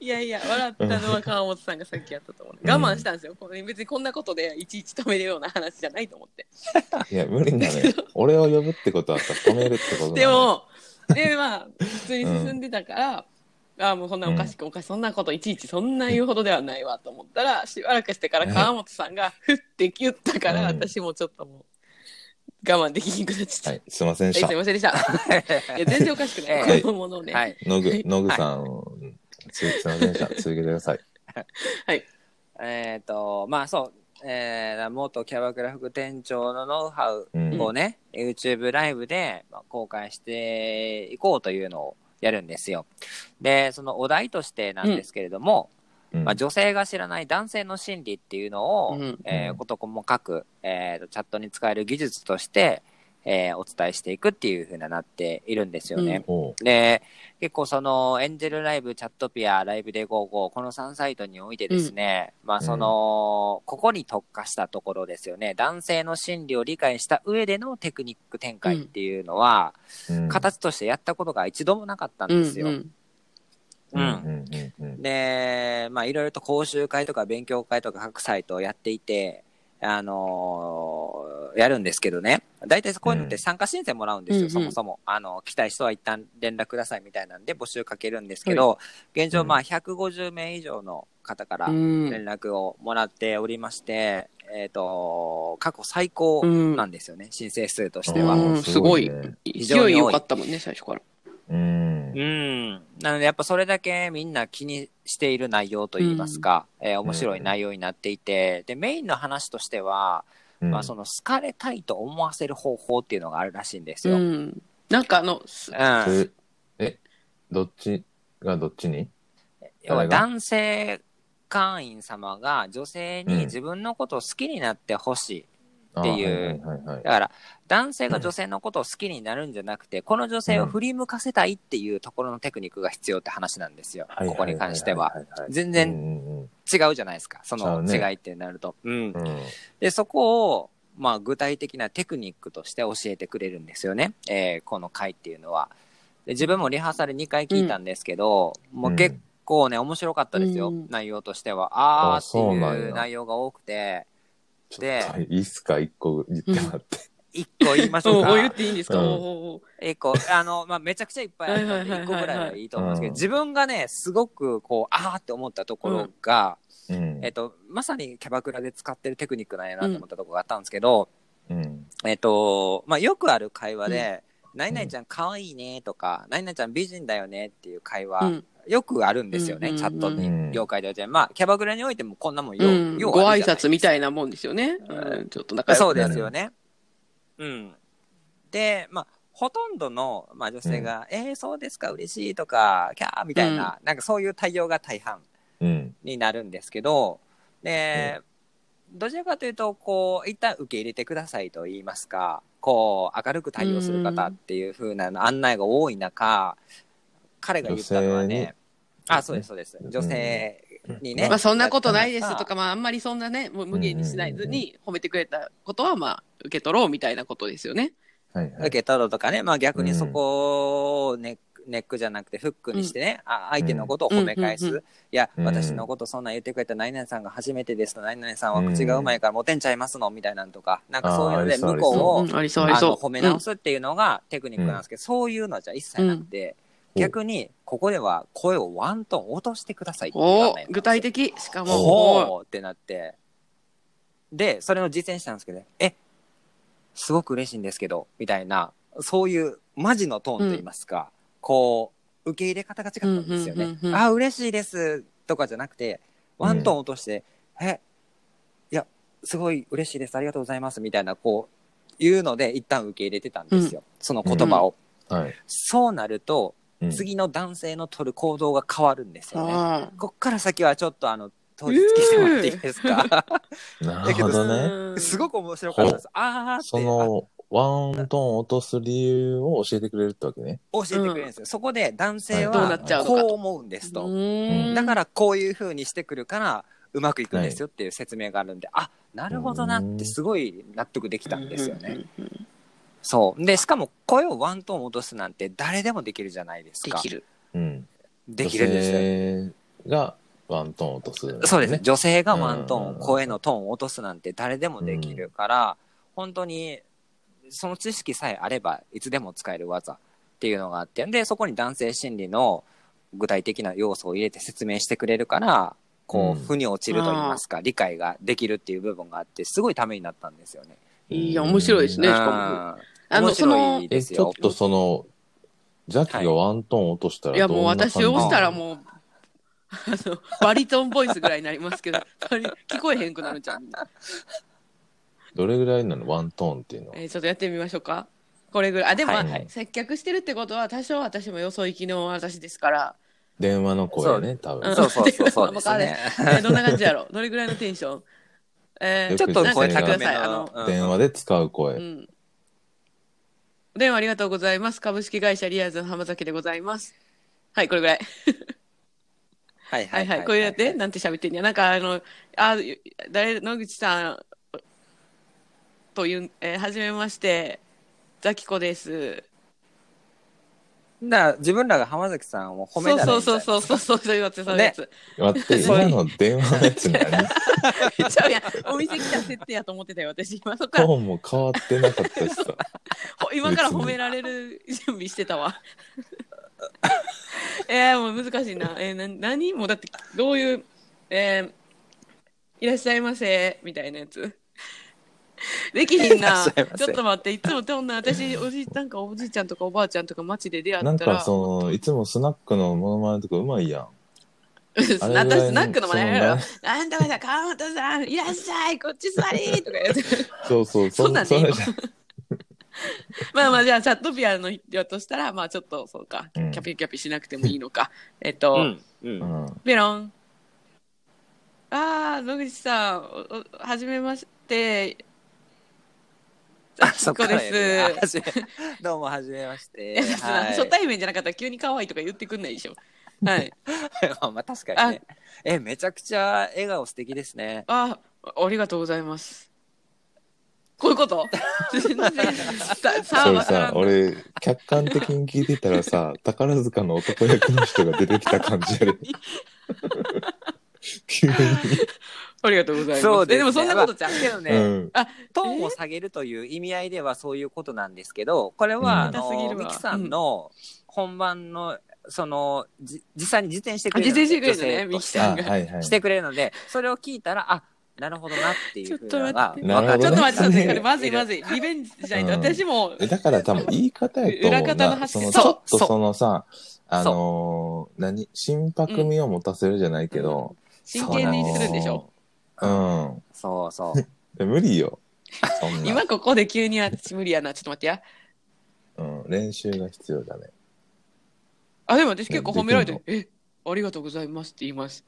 B: いやいや、笑ったのは川本さんがさっきやったと思う。
C: うん
B: 我慢したんですよ。これ別にこんなことでいちいち止めるような話じゃないと思って。
C: いや、無理だね。俺を呼ぶってことはさ、止めるってことだ、ね。
B: で、も、で、まあ、普通に進んでたから、ああ、もうそんなおかしく、おかしく、そんなこといちいちそんな言うほどではないわと思ったら、しばらくしてから川本さんがふって言ったから、
C: うん
B: 私もちょっともう、我慢できなくなっちゃった。は
C: は
B: い
C: い、すいませんでし
B: す
C: た
B: い。ませんでした。いや、全然おかしくな。
A: はい
C: い
B: このものをね。
A: はい。
C: 野ぐ、野ぐさん、すすいませんでした。続けてください。
A: えっ、と、まあそう、えー元キャバクラ副店長のノウハウ
C: うん。
A: をね、YouTube ライブでまあ公開していこうというのをやるんですよ。で、そのお題としてなんですけれども、
C: うん
A: まあ、女性が知らない男性の心理っていうのを、
B: うん
A: えーこと細かく、えーとチャットに使える技術として、えーお伝えしていくっていうふうになっているんですよね。
B: うん
C: おう
A: で、結構その、エンジェルライブ、チャットピア、ライブで55、この3サイトにおいてですね、まあその、ここに特化したところですよね、男性の心理を理解した上でのテクニック展開っていうのは、
C: うん
A: 形としてやったことが一度もなかったん
B: うん
A: ですよ。
B: う
A: うん
B: ん
C: うんうんうんうん
A: で、まあいろいろと講習会とか勉強会とか各サイトをやっていて、あのーやるんですけどね。大体こういうのって参加申請もらうんですよ、
B: うん
A: そもそも。あの、来たい人は一旦連絡くださいみたいなんで募集かけるんですけど、現状まあ150名以上の方から連絡をもらっておりまして、えっ、と、過去最高なんですよね、申請数としては。
B: うんすごい
C: ね
B: 勢い良かったもんね、最初から。
C: うん
A: うん。なので、やっぱそれだけみんな気にしている内容といいますか、えー面白い内容になっていて、で、メインの話としては、
C: うん
A: まあ、その、好かれたいと思わせる方法っていうのがあるらしいんですよ。
B: う
A: うん。
B: ん。なんかあの、す
C: ええどっちがどっちに
A: 要は、男性会員様が女性に自分のことを好きになってほしい。
C: あ
A: っていう
C: はいはいはい
A: だから、男性が女性のことを好きになるんじゃなくて、この女性を振り向かせたいっていうところのテクニックが必要って話なんですよ。
C: はい
A: ここに関しては。
C: いいいい
A: 全然
C: うんうん
A: 違うじゃないですか。その違いってなると。うん
C: う。んうん
A: で、そこを、まあ、具体的なテクニックとして教えてくれるんですよね。えーこの回っていうのは。で自分もリハーサル2回聞いたんですけど、もう結構ね、面白かったですよ。
B: うん
A: 内容としては。あ
C: あ
A: ーって
C: そうなん
A: いう
C: や
A: 内容が多くて、
C: ちょっと
A: で
C: いいっすか一個言ってもらって
A: 1個言いまし
B: お
A: ょう
B: う
A: か
B: お。う言っていいんですか、
C: うん
B: おうおうおう
A: 1個。あの、まあ、めちゃくちゃいっぱいあるので、1個ぐらいはいいと思うんですけど、
C: うん
A: 自分がね、すごくこう、あーって思ったところが、
C: うん
A: えっと、まさにキャバクラで使ってるテクニックなんやなと思ったところがあったんですけど、
C: うん
A: えっと、まあ、よくある会話で、何々ちゃん可愛いねとか、何々ちゃん美人だよねっていう会話、
B: うん
A: よくあるんですよね、
B: うん
A: チャット
C: う
A: に。
C: ん
A: 業界でおいて。まあ、キャバクラにおいてもこんなもんよ、
B: うん、
A: よ
B: ご
A: ある
B: 挨
A: じゃない
B: 拶みたいなもんですよね、
A: うん
B: うん、ちょっと仲良く
A: そうですよね。うん。で、まあ、ほとんどの、まあ、女性が、えー、そうですか、嬉しいとか、キャーみたいな、なんかそういう対応が大半
C: うん
A: になるんですけど、で、どちらかというと、こう、一旦受け入れてくださいと言いますか、こう、明るく対応する方っていう風な案内が多い中、彼が言ったのはね、
C: 女性に
A: あ、そうです、そうです。女性にね。
B: まあ、そんなことないですとか、まあ、あんまりそんなねもう無限にしないずに褒めてくれたことはまあ受け取ろうみたいなことですよね。
C: はいはい
A: 受け取ろうとかね、まあ逆にそこをネック、ネックじゃなくてフックにしてね、あ相手のことを褒め返す、
B: うんうんうん
A: いや、
C: うん
A: 私のことそんなん言ってくれた何々さんが初めてですと何々さんは口がうまいからモテんちゃいますのみたいなんとかなんかそういうので
C: あーあ
A: 向
C: り
A: こ
C: そうう
A: を、
B: うんありそうあり
A: あ
B: そ
A: の
B: う。
A: 褒め直すっていうのがテクニックなんですけど、そういうのじゃ一切なくて、
C: うん
A: 逆にここでは声をワントーン落としてくださいっていう
B: お
A: 案内な
B: お
A: んですよ
B: 具体的しかもお
A: ほうってなって。で、それを実践したんですけど、ね、え、すごく嬉しいんですけど、みたいな、そういうマジのトーンと言いますか、こう、受け入れ方が違ったんですよ
B: うんう
A: ね
B: んうんう。ん
A: あ、嬉しいですとかじゃなくて、ワントーン落として、え、いや、すごい嬉しいです、ありがとうございます、みたいな、こう、いうので、一旦受け入れてたんですよ。その言葉を。
C: はい
A: そうなると、
C: うん
A: 次の男性の取る行動が変わるんですよね。
B: あ
A: こっから先はちょっとあの、当日聞いてもらっていいです か、
C: な
A: だ
C: る
A: け
C: ほ
A: ど
C: どね
B: ね
A: すごく面白かったです。あーって
C: そのワントーン落とす理由を教えてくれるってわけね。
A: あ教えてくれるんですよ。そこで男性
C: はいどう
A: は
C: なっちゃう
B: の
A: こ
B: か
A: う
B: と
A: 思うんですと。
B: う
C: う
A: だかららこういう風にしてくるから、うまくいくんですよっていう説明があるんで、あなるほどなってすごい納得できたんですよね。
B: うんうんうん
A: そうでしかも声をワントーン落とすなんて誰でもできるじゃないです
B: で
A: か。
B: きる。
C: うん。
A: できるんですよ。
C: 女性がワントーン落とす、
A: そうですね。女性がワント
C: うんうん
A: ー
C: う
A: ン、
C: ん
A: 声のトーンを落とすなんて誰でもできるから、本当に、その知識さえあれば、いつでも使える技っていうのがあって、で、そこに男性心理の具体的な要素を入れて説明してくれるから、こ
C: うん
A: う、腑に落ちると言いますか、理解ができるっていう部分があって、すごいためになったんですよね。
B: いや面白いですね
A: うん
B: しか
A: 面
B: あの、そ
A: 白
B: の
A: い、で
C: え、
A: す
C: ちょ
A: よ
C: っ。とその、ジャッキがワントーン落としたら
B: いや
C: どん
B: もう
C: な感
B: 私
C: じ
B: 押したらもう、あの、バリトンボイスぐらいになりますけど、バリ聞こえへんくなるじゃん。
C: どれぐらいなのワントーンっていうのは。
B: えーちょっとやってみましょうか。これぐらい。あ、でも、
C: はいはい
B: 接客してるってことは、多少私もよそ行きの私ですから、
C: 電話の声ね、多
B: うん
C: 分。
A: そうそうそう、そう ですね。
B: え ーどんな感じやろうどれぐらいのテンションえー
C: よ
A: ちょっと声
B: な
A: 高
B: んか言ってく
A: め
B: ださいあ
A: の
B: の。
A: うん
C: 電話で使う
B: う
C: 声。
B: ん。お電話ありがとうございます。株式会社リアーズの浜崎でございます。はい、これぐらい。
A: はいは
B: はいいはい。これやって、なんて喋ってんや。なんかあの、あ、誰、野口さん、という、えーはじめまして、ザキコです。
A: だから自分らが浜崎さんを褒め
B: そう
A: たらいい
B: そ
A: ん
B: う
A: じゃ
B: そ
A: な
B: う
A: い
B: そうそう、そういうやつ、そういうやつ。
C: 待って、
B: そう
C: 今の電話のやつ何
B: ちゃうやん。お店来た設定やと思ってたよ、私。今そっ
C: ト
B: から、
C: ーンも変わってなかったしさ。
B: ほ今から褒められる準備してたわ。 えー、もう難しいな。えー、な何もうだって、どういう、えー、いらっしゃいませ、みたいなやつ。できひん
A: いら
B: な。
A: っし
B: ち
A: ゃいませ
B: ょっと待って、いつもどんな私、おじいなんかおじいちゃんとかおばあちゃんとか街で出会ったら、
C: なんかその、いつもスナックのモノマネとかうまいやん。あれぐらいの
B: 私スナックの前やろ
C: そ。
B: なんとかだ、川本さん、いらっしゃい、こっち座りとかやって。
C: そうそう、
B: そんなんでいいの
C: それじゃ
B: まあまあじゃあチャットピアのやとしたらまあちょっとそうか、
C: うん
B: キャピキャピしなくてもいいのかえっと、
A: うんうん
C: うん。
B: ピロンああ野口さんおおはじめまして
A: あ そっからやね
B: ここです
A: あはじめ どうも、はじめまして。はい
B: 初対面じゃなかったら急に可愛いとか言ってくんないでしょはい
A: まあ、確かにね。え、めちゃくちゃ笑顔素敵ですね。
B: あありがとうございますこういうこと全然ささ
C: そ
B: あ
C: れ
B: わから
C: さ
B: ん、
C: 俺、客観的に聞いてたらさ、宝塚の男役の人が出てきた感じやで。急に。
B: ありがとうございます
A: そうですね
B: えでもそんなことちゃう
A: けど
C: う
A: ね、
C: ん。
A: トーンを下げるという意味合いではそういうことなんですけど、これは、あ
C: うん
B: 硬すぎる
A: の、
B: わ
A: ミキさんの本番の、その、じ実際に実演してく
B: あ
A: れる
B: 実
A: ので。
B: 践してくれるの
A: 女性
B: ねミ
A: と
B: キ
A: して
C: あ、
B: さんが
C: はいはい。
A: してくれるので、それを聞いたら、あ、なるほどなっていうふうなのが分
C: ち
A: かる。
B: ちょ
C: ょっと待って
B: っと 待って、ちょっと待って、こ
C: な
B: れ
C: る
B: まずいまずい。リベンジじゃないと、
C: うん
B: 私も、
C: えだから多分言い方やと思うな。
B: 裏方の発
C: そ
B: 信
C: のち
A: そう
C: ょっと
A: そう
C: そのさ、あのー何心拍味を持たせるじゃないけど。
B: 真剣にするんでしょ。
C: その
A: そうそう。
C: うん。無理よ。そんな。
B: 今ここで急に私無理やな。ちょっと待ってや。
C: うん、練習が必要だね。
B: あ、でも私結構褒められ
C: で
B: て、え、ありがとうございますって言います。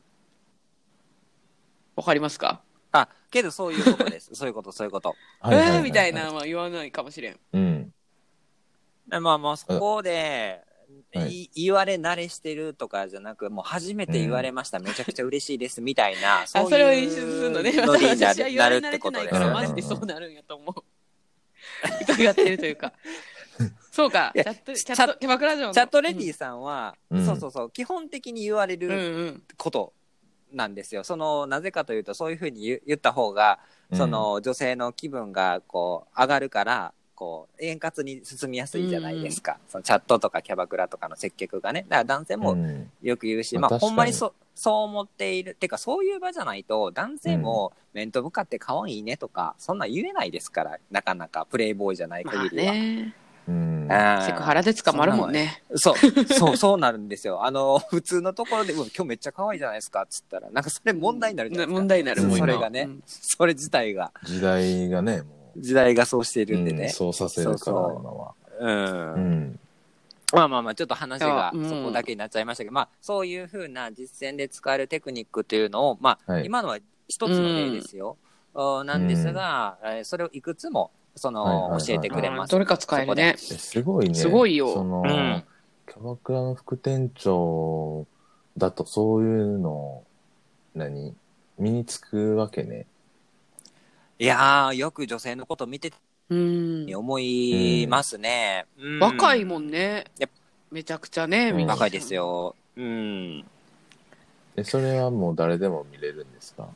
B: わかりますか
A: あ、けどそういうことです。そういうこと、そういうこと。
C: ははは
B: えーみたいな。のは言わないかもしれん。
C: うん。
A: でまあまあそこで、
C: うんはい
A: い言われ慣れしてるとかじゃなくもう初めて言われました、めちゃくちゃ嬉しいですみたいな
B: あ、
A: そう
B: それを
A: い
B: 演
A: う
B: 出するのね。
A: ノリにな
B: 私は
A: る
B: 言われ
A: なる
B: 慣
A: って
B: れて
A: こと
B: ない
A: で
B: か
A: す
B: ら、
A: よ
B: マジ
A: ね
B: でそうなるんやと思う。疑ってる というか。そうか、
A: い
B: チ
A: や
B: ャット、チャット、キャバクラ嬢の。
A: チャットレディさんは、
C: うん
A: そうそうそう基本的に言われ
B: うんう
A: る
B: ん
A: ことなんですよ、そのなぜかというとそういうふうに言言った方が
C: うん
A: そ、の女性の気分がこう上がるからこう円滑に進みやすいじゃないですか、そのチャットとかキャバクラとかの接客がねだから男性も
C: うん
A: よく言うし、
C: ま
A: ま
C: あ
A: あ、
C: 確か
A: ほ
C: に
A: んまにそそう思っている。てか、そういう場じゃないと、男性も面と向かって可愛いねとか、そんなん言えないですから、なかなかプレイボーイじゃない
B: まあ
A: 限りは。
B: ね。
C: うん。
A: うん
B: セクハラで捕まるもんね。
A: そう、そう、 そうなるんですよ。あの、普通のところで、うわ今日めっちゃ可愛いじゃないですか、っつったら、なんかそれ問題になるじゃないですか。
B: 問題になる
C: うん
B: もん
A: そ
B: 今
A: れがね、
B: うん
A: それ自体が、
C: 時代がね、もう。
A: 時代がそうしているんで
C: うん
A: ね。
C: そうさせるから、
A: そうそう
C: 今は。
A: うん。
C: うん。
A: まあまあまあ、ちょっと話が
B: いやうん
A: そこだけになっちゃいましたけど、まあ、そういうふうな実践で使えるテクニックというのを、まあ、
C: はい
A: 今のは一つの例ですよ。うんなんですが、えーそれをいくつも、その、
C: はいはいはい
A: 教えてくれ
B: あ
A: ま
B: ー
A: す
B: ど。れか使えるね。
C: えすごいね。
B: すごいよ
C: そ
A: う
C: の、
A: ん
C: キャバクラの副店長だとそういうのを、何身につくわけね。
A: いやー、よく女性のこと見てて
B: うん。
A: 思いますね。うん
B: 若いもんね
A: やっ。
B: めちゃくちゃね、
C: うん
B: みんな。
A: 若いです。よ。うん。
C: え、それはもう誰でも見れるんですか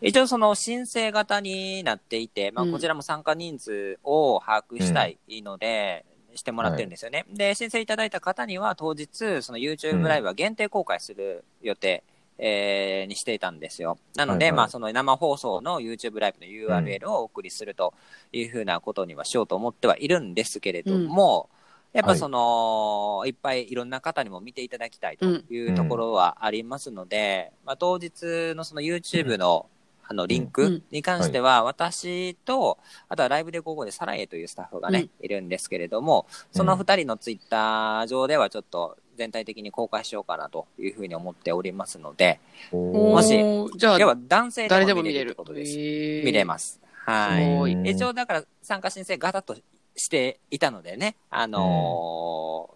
A: 一応その申請型になっていて、まあ、
B: うん
A: こちらも参加人数を把握したいので、してもらってるんですよね。で、申請いただいた方には当日、その YouTube ライブは限定公開する予定、えーにしていたんですよ。なので、
C: はいはい
A: まあ、その生放送の YouTube ライブの URL をお送りするというふうなことにはしようと思ってはいるんですけれども、やっぱその、い、っぱいいろんな方にも見ていただきたいというところはありますので、まあ、当日のその YouTube の、あの、リン
B: う
A: ク
B: ん
A: に関しては、私と、あとはライブで午後でサラエというスタッフがね、いるんですけれども、その二人のツイッター上ではちょっと全体的に公開しようかなというふうに思っておりますので、
C: おー
A: もし
B: おーじゃ
A: 要
B: あ
A: は、男性
B: 誰
A: で
B: で
A: も
B: も
A: 見
B: 見
A: れ
B: れ
A: るっ
B: る
A: て。ことです。
B: へー
A: 見れます。は
B: す
A: い。
B: ごい
C: うん
A: 一応だから参加申請型としていたのでね、あの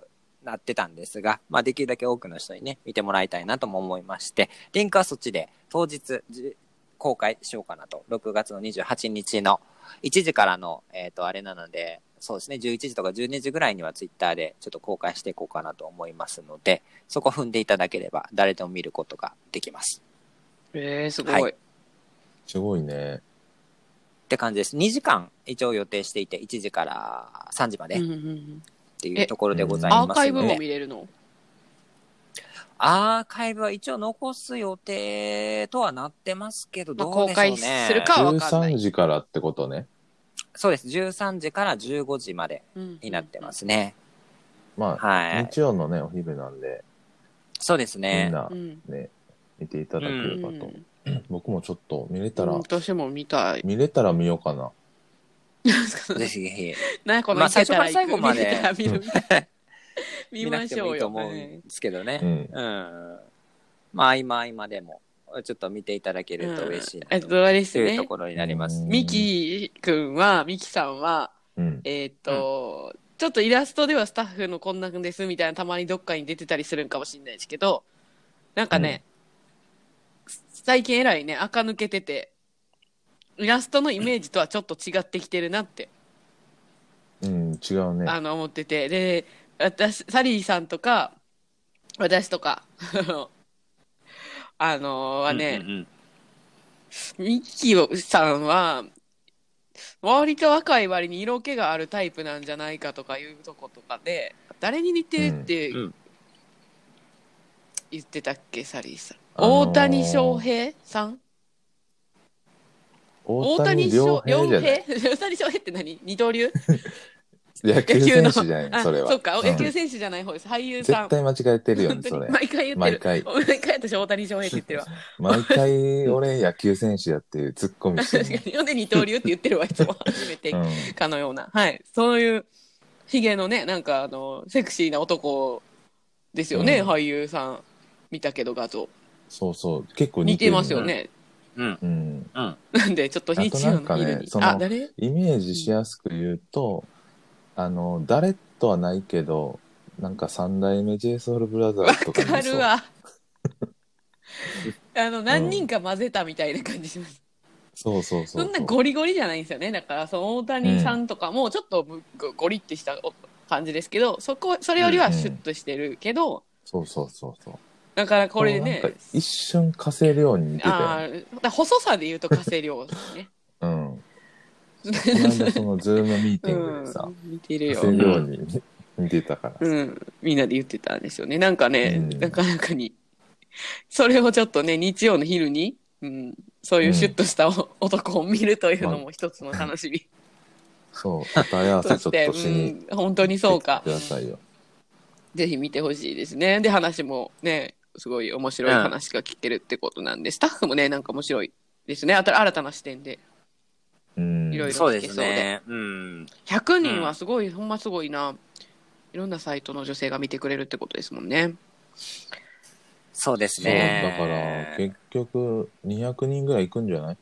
A: ーなってたんですが、まあ、できるだけ多くの人にね、見てもらいたいなとも思いまして、リンクはそっちで当日じ公開しようかなと、6月の28日の1時からの、えっ、と、あれなので、そうですね、11時とか12時ぐらいにはツイッターでちょっと公開していこうかなと思いますので、そこ踏んでいただければ誰でも見ることができます。
B: えー、すご。
A: はい
C: すごいね。
A: って感じです。2時間一応予定していて、1時から3時まで
B: う
A: っ
B: んうんうん
A: てい
B: え
A: うところでござい
B: アー
A: ま
B: カ
A: す
B: イ
A: の
B: ブ
A: で、
B: も見れるの
A: アーカイブは一応残す予定とはなってますけど、
B: まあ
A: どうでしょうね。
B: 公開するかわかんない
C: 13時からってことね。
A: そうです。13時から15時までになってま。すね。
C: まあ、
A: はい。
C: 日曜のね、お昼なんで、
A: そうです
C: み
A: ね
C: ん。な
B: うんうん
C: ね、見ていただけ
B: う
C: れ
B: ん。
C: ば
B: う
C: と。
B: ん
C: 僕もちょっと見れたら、
B: 私も見たい。
C: 見れたら見ようかな。
A: ぜひぜひ。
B: なこの
A: まあ
B: 行けたら
A: 最初
B: 行く
A: から最後まで
B: 見れたら見るみたい 見
A: 見な
B: ま
A: く
B: してょ
A: も
B: う
A: いいと
B: よ。
A: 思う
B: は
A: ん
B: い
A: ですけど
C: う
A: ね。
C: ん。
A: うん。まあ、今、今でも、ちょっと見ていただけると嬉しいな
B: えっ
A: と
B: と、あれです
A: いうと
B: ね。
A: ころになります。
B: ミキ君は、ミキさんは、
C: うん。
B: えーっと、ちょっとイラストではスタッフのこんなんですみたいな、たまにどっかに出てたりするんかもしれないですけど、なんかね、最近えらいね、垢抜けてて、イラストのイメージとはちょっと違ってきてるなって、
C: うん、違うね。
B: あの、思ってて、で、私、サリーさんとか、私とか、 あのあのはね、
A: うんうんうん
B: ミッキーさんは、割と若い割に色気があるタイプなんじゃないかとかいうとことかで、誰に似てるって
A: うんうん
B: 言ってたっけ、サリーさん。
C: あのー
B: 大谷翔平さん大
C: 大谷
B: 谷
C: 良
B: 翔
C: 平じゃない
B: 大谷翔平って何二刀流
C: 野球選手じゃない、
B: あ
C: それは。
B: そうか、
C: ん
B: 野球選手じゃない方です。俳優さ
C: 絶
B: ん。
C: 対間違えてるよね
B: 本、
C: そ
B: 当
C: れ
B: に。毎回言ってる。
C: 毎回
B: 毎回私大谷翔平って言ってるわ。
C: 毎回俺野球選手やっていうツッコミして
B: 確か
C: る
B: に。ほんで二刀流って言ってるわ、いつも。初めて
C: うん
B: かのような、はい、そういうヒゲのねなんかあのセクシーな男ですよね、
C: うん
B: 俳優さん見たけど画像
C: そうそう、結構
B: 似
C: 似て
B: て
C: る
B: ますよ。ね、
A: うん。
C: うん。
A: うん。
B: なんでちょっと日曜の昼に
C: あと
B: あ,、
C: なんか
B: 誰
C: イメージしやすく言うと、あの、誰とはないけど、なんか三代目 JSOULBROTHERS と
B: わ
C: か
B: か
C: にそう
B: るわあの何人か混ぜたみたいな感じします、
C: そうそうそう。
B: そんなゴリゴリじゃないんですよねだからその大谷さんとかもちょっとむごゴリってした感じですけどそこそれよりはシュッとしてるけど、
C: そうそうそうそう。
B: だからこれね
C: なんか一瞬稼るように似てたよ
B: あ
C: ね。
B: ーだから細さで言うと加瀬亮ですね
C: うん。この間そのズームミーティングでさ、
B: うん、見てる
C: 稼
B: よ、
C: るように似てたから。
B: うん、みんなで言ってたんですよねなんかね、
C: うん
B: なかなかにそれをちょっとね日曜の昼に、うん、そういうシュッとしたお男を見るというのも一つの楽しみ
C: そう、答え合わせ
B: と
C: ち
B: し、
C: ょってとしに
B: うん、本当にそうか
C: 来てくださいよ。
B: ぜひ見てほしいですねで話もねすごい面白い話が聞けるってことなんで、スタッフもねなんか面白いですねあた新たな視点で
C: うん。
B: いろいろ
A: そうですね。うん。
B: 100人はすごい、ほんますごいないろんなサイトの女性が見てくれるってことですもんね
A: そうです
C: そう、だから
A: ね。、い
C: 結局、200人ぐらい行くんじゃない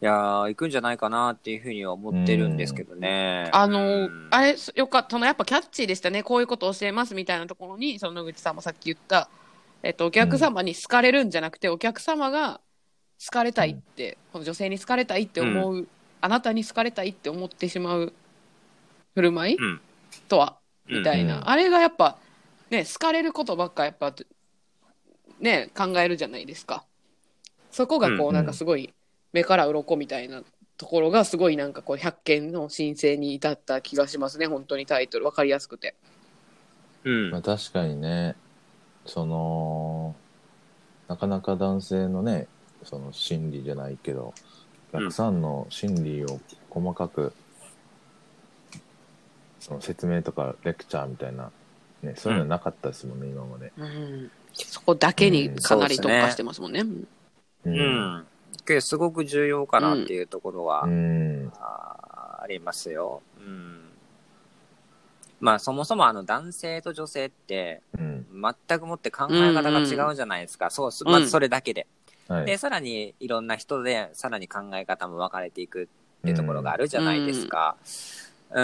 A: やー、行くんじゃないかなっていうふうには思ってるんですけどね。
B: あの
A: うん
B: あれよかったのやっぱキャッチーでしたねこういうこと教えますみたいなところにその野口さんもさっき言った、えっと、お客様に好かれるんじゃなくて、お客様が好かれたいって、この女性に好かれたいって思う、あなたに好かれたいって思ってしまう振る舞い、
A: うん
B: とは、みたいな、
C: うん
B: あれがやっぱ、ね、好かれることばっかやっぱ、ね、考えるじゃないですか。そこがこ
A: う
B: う、
C: ん
B: なんかすごい、目から鱗みたいなところが、すごいなんかこう、百件の申請に至った気がしますね、本当にタイトル、わかりやすくて。
A: うん
C: まあ、確かにねそのなかなか男性のねその心理じゃないけど
A: うん
C: たくさんの心理を細かく、その説明とかレクチャーみたいな、ね、そういうのなかったですもんね、今まで。
B: そこだけにかなり特化してますもんね。
A: う
C: う
A: ん。けどすごく重要かなっていうところは、
C: うん
A: あーありますよ。うん。まあそもそもあの男性と女性って
C: うん
A: 全くもって考え方が違うじゃないですか。そうす、まずそれだけで。
C: はい
A: で、さらにいろんな人でさらに考え方も分かれていくっていうところがあるじゃないですか。う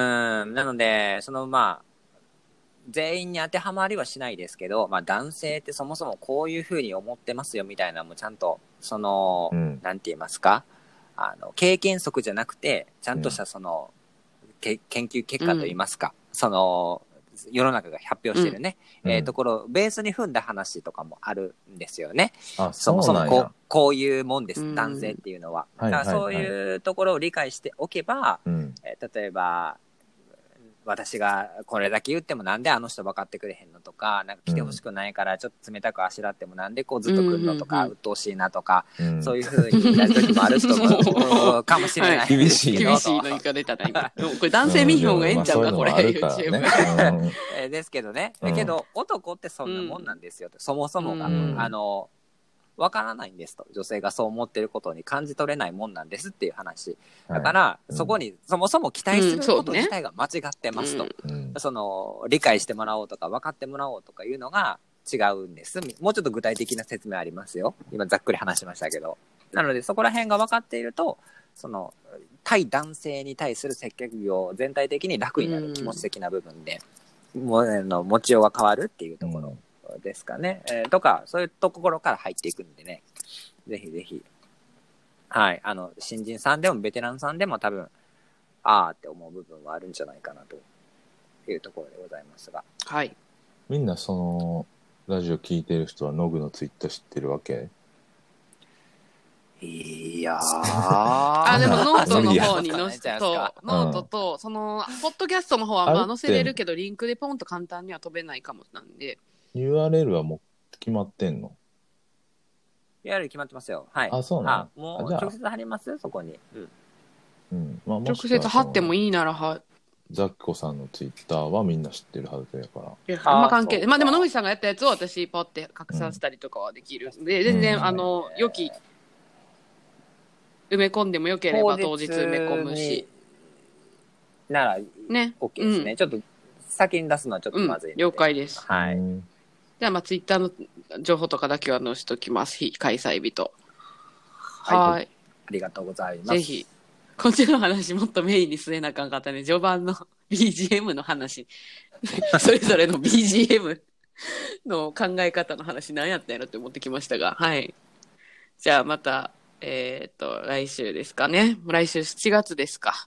A: ん、なので、そのまあ、全員に当てはまりはしないですけど、まあ男性ってそもそもこういうふうに思ってますよみたいなのもちゃんと、その
C: う、ん
A: なんて言いますかあの経験則じゃなくてちゃんとしたその、け研究結果といいますか、その世の中が発表してるね、えーところをベースに踏んだ話とかもあるんですよね。
C: あ
A: そもそも
C: うなん
A: こ
C: や
A: うこういうもんです、
B: うん
A: 男性っていうのは。
C: はい
A: だからそ
C: は
A: う
C: いはい
A: いうところを理解しておけば、
C: うん
A: えー例えば私がこれだけ言ってもなんであの人分かってくれへんのとかなんか来てほしくないからちょっと冷たくあしらってもなんでこうずっと来るのとか、
B: うんうんうん
A: 鬱陶しいなとか
C: うん
A: そういうふうになる時もあると 思うかもしれないですけど。
B: 厳しいの
A: と
B: 言い方出たな、今。でもこれ男性見ひょがええんちゃうか、これ、
C: まあそういうのもある
B: YouTube。
C: からね
A: えーですけどね。
C: うん
A: けど、男ってそんなもんなんですよって、そもそもが。
C: うん
A: あの、わからないんですと。女性がそう思ってることに感じ取れないもんなんですっていう話。
C: うん
A: だから、
C: うん
A: そこに、そもそも期待する
B: うんそう
A: こと
B: ね
A: 自体が間違ってますと。
C: うん
A: その、理解してもらおうとか、分かってもらおうとかいうのが違うんです。もうちょっと具体的な説明ありますよ。今、ざっくり話しましたけど。なので、そこら辺が分かっていると、その、対男性に対する接客業全体的に楽にな
B: うん
A: る気持ち的な部分で、もうあの持ちようが変わるっていうところですかね。えーとか、そういうところから入っていくんでね。ぜひぜひ。はい。あの、新人さんでもベテランさんでも多分、あーって思う部分はあるんじゃないかなというところでございますが。
B: はい。
C: みんなそのラジオ聞いてる人はノグのツイッター知ってるわけ
A: いやー。
B: あ、
A: あ
B: でもノート
C: 無
B: の
C: 理や
B: 方に載せと、ノートと、その、ポッドキャストの方はまあ載せれるけど、リンクでポンと簡単には飛べないかもなんで、
C: URL はもう決まってんの
A: いわゆる決まってますよ。はい。
C: あそう
A: あ
C: な、
A: も
C: あ
A: う
C: じゃあ
A: 直接貼りますそこに。うん。
C: の、うんまあ、
B: 直接貼っても
C: い
B: いいなら貼
C: ザッコさんのツイッターはみんな知ってるはずやから
B: る。あんま関係
A: あ
B: な
A: そ
B: いうまあでも野口さんがやったやつを私、ポって拡散したりとかはできるんで、全
C: うん
B: 然、あの、良き、埋め込んでもよければ当日埋め込むし。。
A: なら、
B: ね。
A: OK ですね、
B: うん
A: ちょっと先に出すのはちょっと
B: うん
A: まずい、んで
B: 了。解です。
A: は
C: う
A: い。
C: ん
B: じゃあ、まあ、ツイッターの情報とかだけは載せときます。日開催日と。
A: はい
B: はーい。
A: ありがとうございます。
B: ぜひ。、こっちの話もっとメインに据えなあかんかったね。序盤の BGM の話。それぞれの BGM の考え方の話何やったんやろって思ってきましたが。はい。じゃあ、また、えーっと、来週ですかね。来週7月ですか。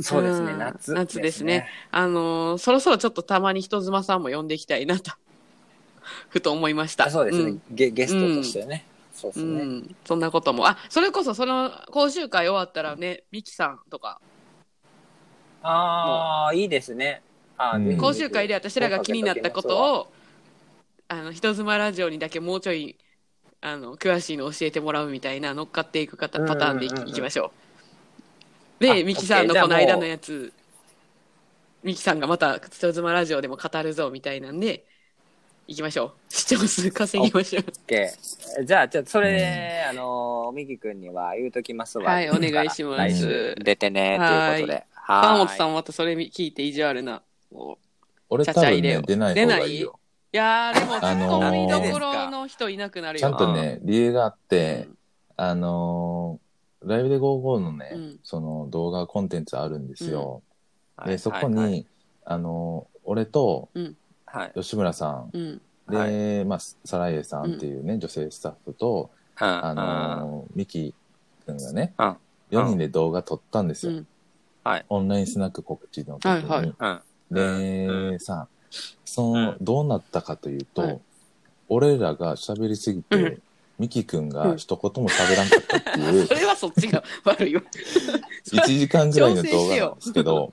A: そうですね、
B: うん
A: 夏、
B: 夏ですね。あのーそろそろちょっとたまに人妻さんも呼んでいきたいなと、ふと思いました。
A: あそうですね、
B: ん
A: ゲ。ゲストとしてね。そうで
B: う
A: すね。
B: ん、そんなことも。あ、それこそその講習会終わったらね、ミキさんとか、
A: ああ、いいですね。あ
C: うん
A: ーぜひ
B: 講習会で私らが気になったことを、あの、人妻ラジオにだけもうちょい、あの、詳しいの教えてもらうみたいな乗っかっていく方パターンでい
A: うんうんうん
B: いきましょう。
A: あ
B: で、ミキさん
A: オッ
B: の
A: ケー
B: この間
A: じゃあも
B: の
A: う
B: やつ、ミキさんがまた人妻ラジオでも語るぞみたいなんで、いきましょう。視聴数稼ぎましょう。
A: OK じゃあ、じゃあ、それ、あのー、ミキ君には言うときますわ。
B: はいお願いします
A: 来週出てね、ということで。は
B: 川
A: ーい
B: 本さんもまたそれ聞いて意地悪な。こう
C: 俺
B: ちゃ
C: 多
B: ちゃ
C: 分
B: 入れ
C: ね
B: よ
C: 出ない方がいいよ
B: いやーでもツ
C: あ
B: ッ
C: のー
B: コミどころの人いなくなる
C: ちゃ
B: よ。
C: んとね理由があっ
B: う
C: て、
B: ん
C: あのーライブで GoGo のね、
B: うん
C: その動画コンテンツあるんですよ、
A: は
C: で
A: い
C: そこに、
A: はいはい
C: あのー俺と
A: はい。
C: 吉村さん
B: うん
C: で、
A: は
C: まあ、サライエさんっていうね、女性スタッフと、あのーミキ君がね、
A: うん
C: 4人で動画撮ったんです
B: う
C: よ。
B: ん。
C: オンラインスナック告知の時に。
B: はいはい
A: うん。
C: で、さ、その、
A: うん
C: どうなったかというと、
B: はい
C: 俺らが喋りすぎ
B: う
C: て
B: ん、
C: ミキ
B: う
C: 君が
B: ん
C: 一言も喋らんかったって いう
B: そ、れはそっちが悪いわ。
C: 1時間ぐらいの動
B: 調整し
C: 画
B: て
C: な
B: よ
C: んですけど、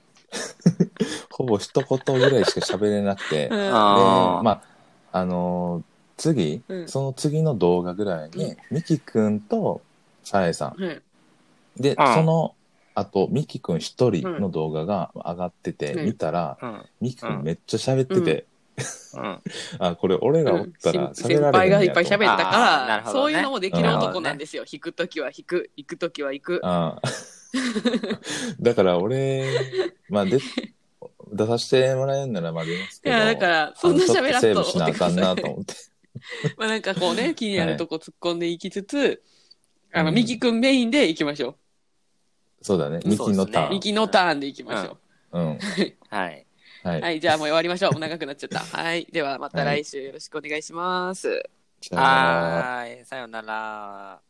C: ほぼ一言ぐらいしか喋れなくて、
B: う
C: で、
B: ん
A: あー
C: まあ、あのー次、
B: うん
C: その次の動画ぐらいに、ミキ君とサエさん、
B: はい
C: で、
A: うん
C: その後、ミキくん一人の動画が上がってて、
B: うん
C: 見たら、
A: うん。
C: ミキくんめっちゃ喋ってて、
A: うん。
C: あ、これ俺らおった
B: う
C: ら
B: ん
C: 喋
B: 先
C: られへ
B: 輩
C: んや
B: が
C: と
B: いっぱい喋ったか
A: あーな
B: ら、
A: るほどね
B: そういうのもできる男なんですよ。引くときは引く、行くときは行く。
C: あー だから俺、まあ、で、出させてもらえるならまあ出ます
B: い
C: けど。
B: や、だから、そんな喋らん
C: ちょっとセー
B: と
C: ブしなあかんなと思って。
B: まあなんかこうね、気になるとこ突っ込んでいきつつ、あ
C: う
B: の、
C: ん
B: ミキくんメインで行きましょ
C: そうだね。ミキの
B: う。
C: ターン。
B: ミキのターンで行きましょ
C: う
A: は
C: ん。
A: い。
C: は
B: う。
C: い。
B: はい、じゃあもう終わりましょう。長くなっちゃった。はい。ではまた来週よろしくお願いします。
C: じゃあ
A: はーい。さよなら。